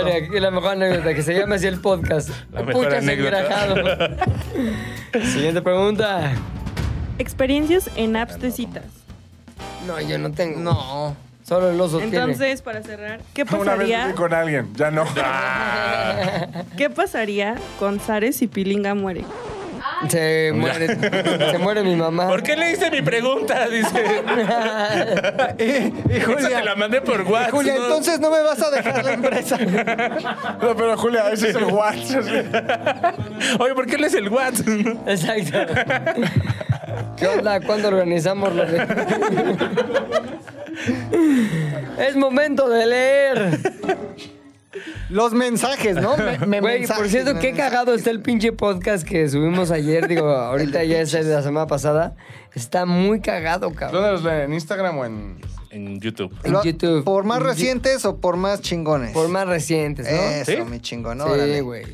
[SPEAKER 1] Verga, que la mejor anécdota que se llama así el podcast.
[SPEAKER 3] La mejor
[SPEAKER 1] Puchas
[SPEAKER 3] anécdota.
[SPEAKER 1] engrajado. Siguiente pregunta.
[SPEAKER 5] Experiencias en apps de citas.
[SPEAKER 1] No, yo no tengo.
[SPEAKER 2] No.
[SPEAKER 1] Solo el oso tiene.
[SPEAKER 5] Entonces, para cerrar, ¿qué
[SPEAKER 4] Una vez fui
[SPEAKER 5] pasaría,
[SPEAKER 4] con alguien, ya no.
[SPEAKER 3] Ah,
[SPEAKER 5] ¿qué pasaría con Zares si Pilinga muere?
[SPEAKER 1] Se muere. se muere mi mamá.
[SPEAKER 3] ¿Por qué le hice mi pregunta? Dice.
[SPEAKER 2] Eh, y
[SPEAKER 3] Esa
[SPEAKER 2] Julia,
[SPEAKER 3] te la mandé por WhatsApp.
[SPEAKER 2] Julia,
[SPEAKER 3] ¿no?
[SPEAKER 2] entonces no me vas a dejar la empresa.
[SPEAKER 4] No, pero Julia, ese es el WhatsApp.
[SPEAKER 3] Oye, ¿por qué le es el WhatsApp?
[SPEAKER 1] Exacto. ¿Qué onda? ¿Cuándo organizamos lo de- Es momento de leer.
[SPEAKER 2] Los mensajes, ¿no? Me, me
[SPEAKER 1] Güey,
[SPEAKER 2] mensajes,
[SPEAKER 1] por cierto,
[SPEAKER 2] me
[SPEAKER 1] qué
[SPEAKER 2] mensajes.
[SPEAKER 1] cagado está el pinche podcast que subimos ayer. Digo, ahorita ya es el de la semana pasada. Está muy cagado, cabrón.
[SPEAKER 4] ¿Dónde los leen? ¿En Instagram o en...?
[SPEAKER 3] En YouTube.
[SPEAKER 1] En
[SPEAKER 2] Lo-
[SPEAKER 1] YouTube.
[SPEAKER 2] ¿Por más
[SPEAKER 1] En Yo-
[SPEAKER 2] recientes o por más chingones?
[SPEAKER 1] Por más recientes, ¿no?
[SPEAKER 2] Eso,
[SPEAKER 3] ¿Sí?
[SPEAKER 2] mi chingón.
[SPEAKER 1] sí,
[SPEAKER 2] Órale.
[SPEAKER 1] güey.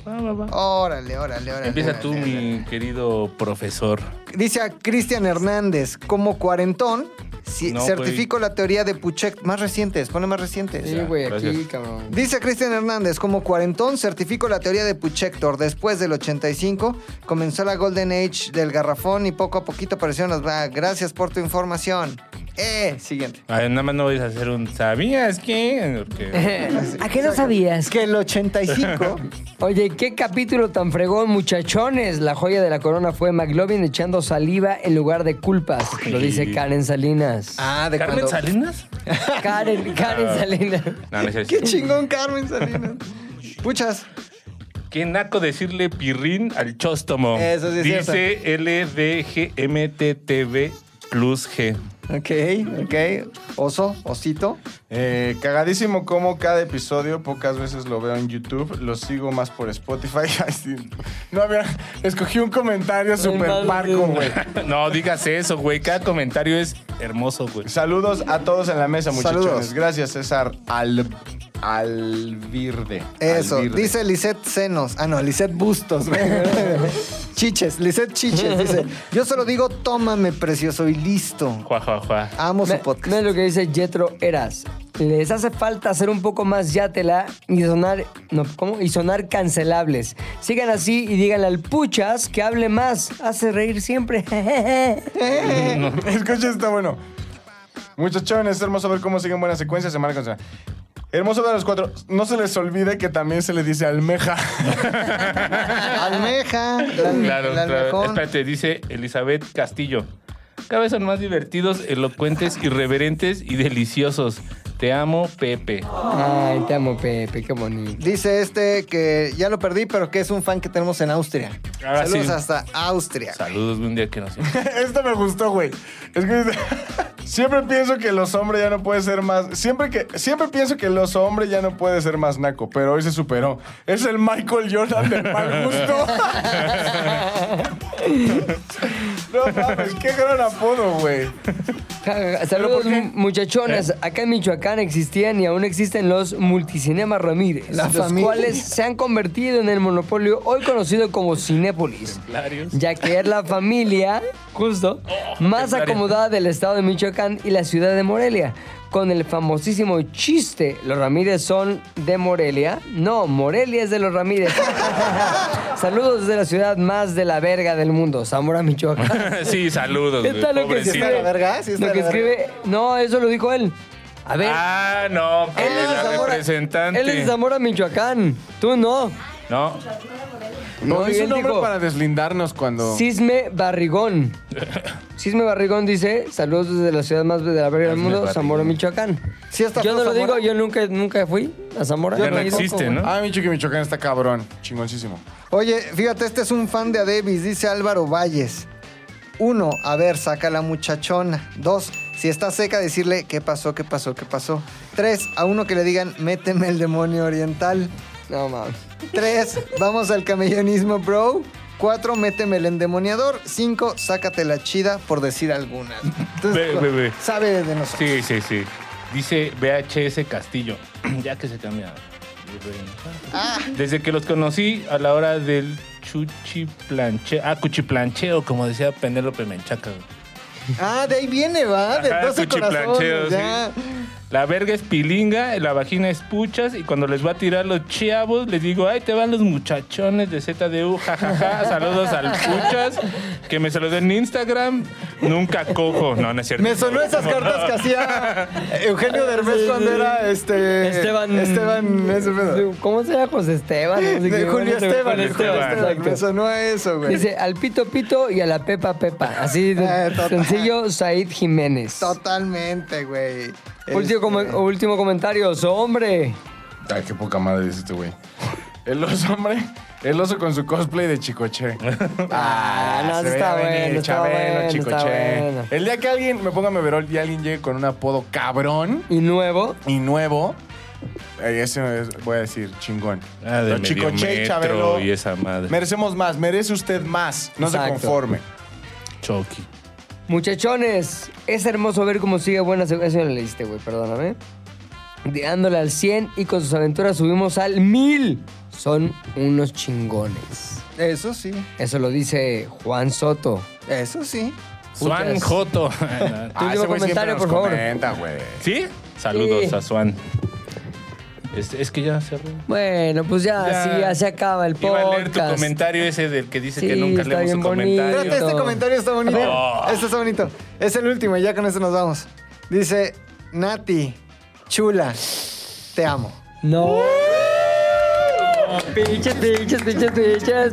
[SPEAKER 2] Órale, órale, órale.
[SPEAKER 3] Empieza tú,
[SPEAKER 2] órale.
[SPEAKER 3] mi querido profesor.
[SPEAKER 2] Dice a Cristian Hernández, como cuarentón, si-
[SPEAKER 3] No,
[SPEAKER 2] certifico la teoría de Puchek. Más recientes, pone más recientes.
[SPEAKER 1] Sí, güey, aquí,
[SPEAKER 3] gracias.
[SPEAKER 1] cabrón.
[SPEAKER 2] Dice Cristian Hernández, como cuarentón certifico la teoría de Puchector. Después del 85 comenzó la Golden Age del garrafón y poco a poquito aparecieron las... ah, gracias por tu información. Eh, siguiente.
[SPEAKER 3] Ay, nada más no vais a hacer un. ¿Sabías qué? Porque-
[SPEAKER 1] ¿A qué no sabías?
[SPEAKER 2] Es que el 85...
[SPEAKER 1] Oye, qué capítulo tan fregón, muchachones. La joya de la corona fue McLovin echando saliva en lugar de culpas. Lo dice Karen Salinas.
[SPEAKER 2] ah, de
[SPEAKER 3] ¿Carmen
[SPEAKER 2] cuando...
[SPEAKER 3] Salinas?
[SPEAKER 1] Karen, Karen
[SPEAKER 3] Ah.
[SPEAKER 1] Salinas.
[SPEAKER 3] No, no es
[SPEAKER 2] Qué
[SPEAKER 3] cierto.
[SPEAKER 2] chingón Carmen Salinas. Puchas.
[SPEAKER 3] Qué naco decirle pirrín al chóstomo.
[SPEAKER 2] Eso sí es
[SPEAKER 3] Dice LDGMTTV Plus G.
[SPEAKER 2] Ok, ok. Oso, osito.
[SPEAKER 4] Eh, cagadísimo como cada episodio, pocas veces lo veo en YouTube, lo sigo más por Spotify. Ay, sí.
[SPEAKER 7] No, mira, escogí un comentario súper parco, güey.
[SPEAKER 3] No digas eso, güey. Cada comentario es hermoso, güey.
[SPEAKER 4] Saludos a todos en la mesa, muchachones.
[SPEAKER 2] Saludos.
[SPEAKER 4] Gracias, César. Al, Alvirde.
[SPEAKER 2] Eso,
[SPEAKER 4] Alvirde.
[SPEAKER 2] dice Lisette Senos. Ah, no, Lisette Bustos, güey. Chiches, Lisette Chiches. Dice, yo solo digo, tómame, precioso, y listo.
[SPEAKER 3] Juá, juá, juá.
[SPEAKER 2] Amo su
[SPEAKER 1] Me-
[SPEAKER 2] podcast.
[SPEAKER 1] Mira lo que dice Jetro Eras. Les hace falta hacer un poco más yátela y sonar. No, ¿Cómo? Y sonar cancelables. Sigan así y díganle al Puchas que hable más. Hace reír siempre.
[SPEAKER 4] Escucha, está bueno. Muchachones, hermoso ver cómo siguen buenas secuencias semana con semana. Hermoso ver a los cuatro. No se les olvide que también se le dice almeja.
[SPEAKER 2] Almeja. la-
[SPEAKER 1] Mm,
[SPEAKER 3] Claro,
[SPEAKER 2] la
[SPEAKER 3] claro.
[SPEAKER 2] almejón.
[SPEAKER 3] Espérate, dice Elizabeth Castillo. Cada vez son más divertidos, elocuentes, irreverentes y deliciosos. Te amo, Pepe.
[SPEAKER 1] Ay, te amo, Pepe. Qué bonito.
[SPEAKER 2] Dice este que ya lo perdí, pero que es un fan que tenemos en Austria.
[SPEAKER 3] Ahora
[SPEAKER 2] Saludos
[SPEAKER 3] sí.
[SPEAKER 2] hasta Austria.
[SPEAKER 3] Saludos, un día que nos.
[SPEAKER 4] Esto me gustó, güey. Es que siempre pienso que los hombres ya no pueden ser más. Siempre que siempre pienso que los hombres ya no pueden ser más naco, pero hoy se superó. Es el Michael Jordan del mal gusto. no mames, qué gran apodo, güey.
[SPEAKER 1] Ja, ja, ja. Saludos,
[SPEAKER 4] por qué?
[SPEAKER 1] mu- muchachones. Acá en Michoacán existían y aún existen los multicinemas Ramírez,
[SPEAKER 2] La
[SPEAKER 1] los
[SPEAKER 2] familia.
[SPEAKER 1] cuales se han convertido en el monopolio hoy conocido como Cinépolis, ya que es la familia, justo, más
[SPEAKER 3] templario.
[SPEAKER 1] acomodada del estado de Michoacán y la ciudad de Morelia. Con el famosísimo chiste, los Ramírez son de Morelia. No, Morelia es de los Ramírez. Saludos desde la ciudad más de la verga del mundo, Zamora, Michoacán.
[SPEAKER 3] sí, saludos. güey,
[SPEAKER 1] Está lo que se
[SPEAKER 3] pobrecito.
[SPEAKER 2] ¿Está la verga? ¿eh? ¿Sí está
[SPEAKER 1] Lo que
[SPEAKER 2] la verga?
[SPEAKER 1] escribe. No, eso lo dijo él. A ver.
[SPEAKER 3] Ah, no, Pepe,
[SPEAKER 1] él es de
[SPEAKER 3] la
[SPEAKER 1] Zamora-
[SPEAKER 3] representante.
[SPEAKER 1] Él es de Zamora, Michoacán. Tú no.
[SPEAKER 3] No,
[SPEAKER 1] No,
[SPEAKER 7] No, es
[SPEAKER 1] y
[SPEAKER 7] un
[SPEAKER 1] él
[SPEAKER 7] nombre
[SPEAKER 1] dijo-
[SPEAKER 7] para deslindarnos cuando.
[SPEAKER 1] Cisme Barrigón. Cisme Barrigón dice: Saludos desde la ciudad más de la verga del
[SPEAKER 3] Cisme
[SPEAKER 1] mundo,
[SPEAKER 3] Barrigón.
[SPEAKER 1] Zamora, Michoacán.
[SPEAKER 2] Sí, hasta
[SPEAKER 1] yo no
[SPEAKER 2] fue
[SPEAKER 1] lo
[SPEAKER 2] Zamora.
[SPEAKER 1] digo, yo nunca, nunca fui a Zamora.
[SPEAKER 3] ya no
[SPEAKER 1] he ido.
[SPEAKER 3] existe, ¿no?
[SPEAKER 4] Ah, Micho que Michoacán está cabrón, chingoncísimo.
[SPEAKER 2] Oye, fíjate, este es un fan de Adebis, dice Álvaro Valles. Uno, a ver, saca la muchachona. Dos, si está seca, decirle qué pasó, qué pasó, qué pasó. Tres, a uno que le digan, méteme el demonio oriental.
[SPEAKER 1] No mames.
[SPEAKER 2] Tres, vamos al camellonismo, bro. Cuatro, méteme el endemoniador. Cinco, sácate la chida, por decir alguna. Entonces,
[SPEAKER 3] Ve, ve, ve.
[SPEAKER 2] Sabe de nosotros.
[SPEAKER 3] Sí, sí, sí. Dice VHS Castillo, ya que se cambia. Desde que los conocí a la hora del chuchiplancheo, ah, cuchiplancheo, como decía Penélope Menchaca. güey.
[SPEAKER 2] Ah, de ahí viene, va, de
[SPEAKER 3] Ajá,
[SPEAKER 2] 12
[SPEAKER 3] cuchiplancheo,
[SPEAKER 2] corazones.
[SPEAKER 3] sí.
[SPEAKER 2] Ya.
[SPEAKER 3] La verga es pilinga, la vagina es puchas y cuando les va a tirar los chavos les digo, ay, te van los muchachones de ZDU, jajaja, saludos al puchas, que me saludó en Instagram, nunca cojo. No, no es cierto.
[SPEAKER 2] Me sonó esas cartas que hacía Eugenio Derbez cuando era este.
[SPEAKER 1] Esteban.
[SPEAKER 2] Esteban, ese pedo.
[SPEAKER 1] ¿Cómo se llama José Esteban? No sé
[SPEAKER 2] De
[SPEAKER 1] qué,
[SPEAKER 2] Julio
[SPEAKER 1] Julio
[SPEAKER 2] Esteban, de Julio
[SPEAKER 1] Esteban,
[SPEAKER 2] Esteban.
[SPEAKER 1] exacto.
[SPEAKER 2] Me sonó a eso, güey.
[SPEAKER 1] Dice al pito pito y a la pepa pepa. Así de
[SPEAKER 2] Ah, total.
[SPEAKER 1] sencillo, Said Jiménez.
[SPEAKER 2] Totalmente, güey.
[SPEAKER 1] Último, com-
[SPEAKER 2] Este,
[SPEAKER 1] último comentario, so, hombre.
[SPEAKER 4] Ay, qué poca madre dice este güey. El oso, hombre. El oso con su cosplay de Chicoche.
[SPEAKER 1] Ah, no,
[SPEAKER 4] se
[SPEAKER 1] eso
[SPEAKER 4] veía
[SPEAKER 1] está
[SPEAKER 4] venir,
[SPEAKER 1] bueno, está
[SPEAKER 4] Chabelo,
[SPEAKER 1] bueno,
[SPEAKER 4] Chicoche.
[SPEAKER 1] está bueno.
[SPEAKER 4] El día que alguien me ponga meverol y alguien llegue con un apodo cabrón
[SPEAKER 1] Y nuevo.
[SPEAKER 4] y nuevo, eh, ese es- voy a decir chingón.
[SPEAKER 3] Ah, de
[SPEAKER 4] Pero
[SPEAKER 3] medio metro
[SPEAKER 4] Chabelo,
[SPEAKER 3] y esa madre.
[SPEAKER 4] Merecemos más, merece usted más. No
[SPEAKER 1] Exacto.
[SPEAKER 4] se conforme.
[SPEAKER 3] Chucky.
[SPEAKER 1] Muchachones, es hermoso ver cómo sigue buena secuencia. Eso ya lo leíste, güey, perdóname. Dándole al 100 y con sus aventuras subimos al 1000. Son unos chingones.
[SPEAKER 2] Este, Eso sí,
[SPEAKER 1] Eso lo dice Juan Soto.
[SPEAKER 2] eso sí.
[SPEAKER 3] Juan
[SPEAKER 1] Puchas.
[SPEAKER 3] Joto.
[SPEAKER 4] Ah,
[SPEAKER 1] Tu último comentario, por favor.
[SPEAKER 4] comenta, güey.
[SPEAKER 3] ¿Sí? Saludos
[SPEAKER 1] Sí.
[SPEAKER 3] a Swan. Es, es que ya cerró.
[SPEAKER 1] Bueno, pues ya,
[SPEAKER 3] Ya.
[SPEAKER 1] así, ya se acaba el
[SPEAKER 3] Iba
[SPEAKER 1] podcast.
[SPEAKER 3] a leer tu comentario ese del que dice que
[SPEAKER 1] Sí,
[SPEAKER 3] nunca
[SPEAKER 1] está
[SPEAKER 3] leemos
[SPEAKER 1] bien
[SPEAKER 3] su comentario.
[SPEAKER 1] bonito.
[SPEAKER 2] Espérate, este comentario está bonito.
[SPEAKER 3] Oh.
[SPEAKER 2] Este está bonito. Es el último, y ya con eso nos vamos. Dice, Nati, chula, te amo.
[SPEAKER 1] No. Pinches, pinches, pinches, pinches.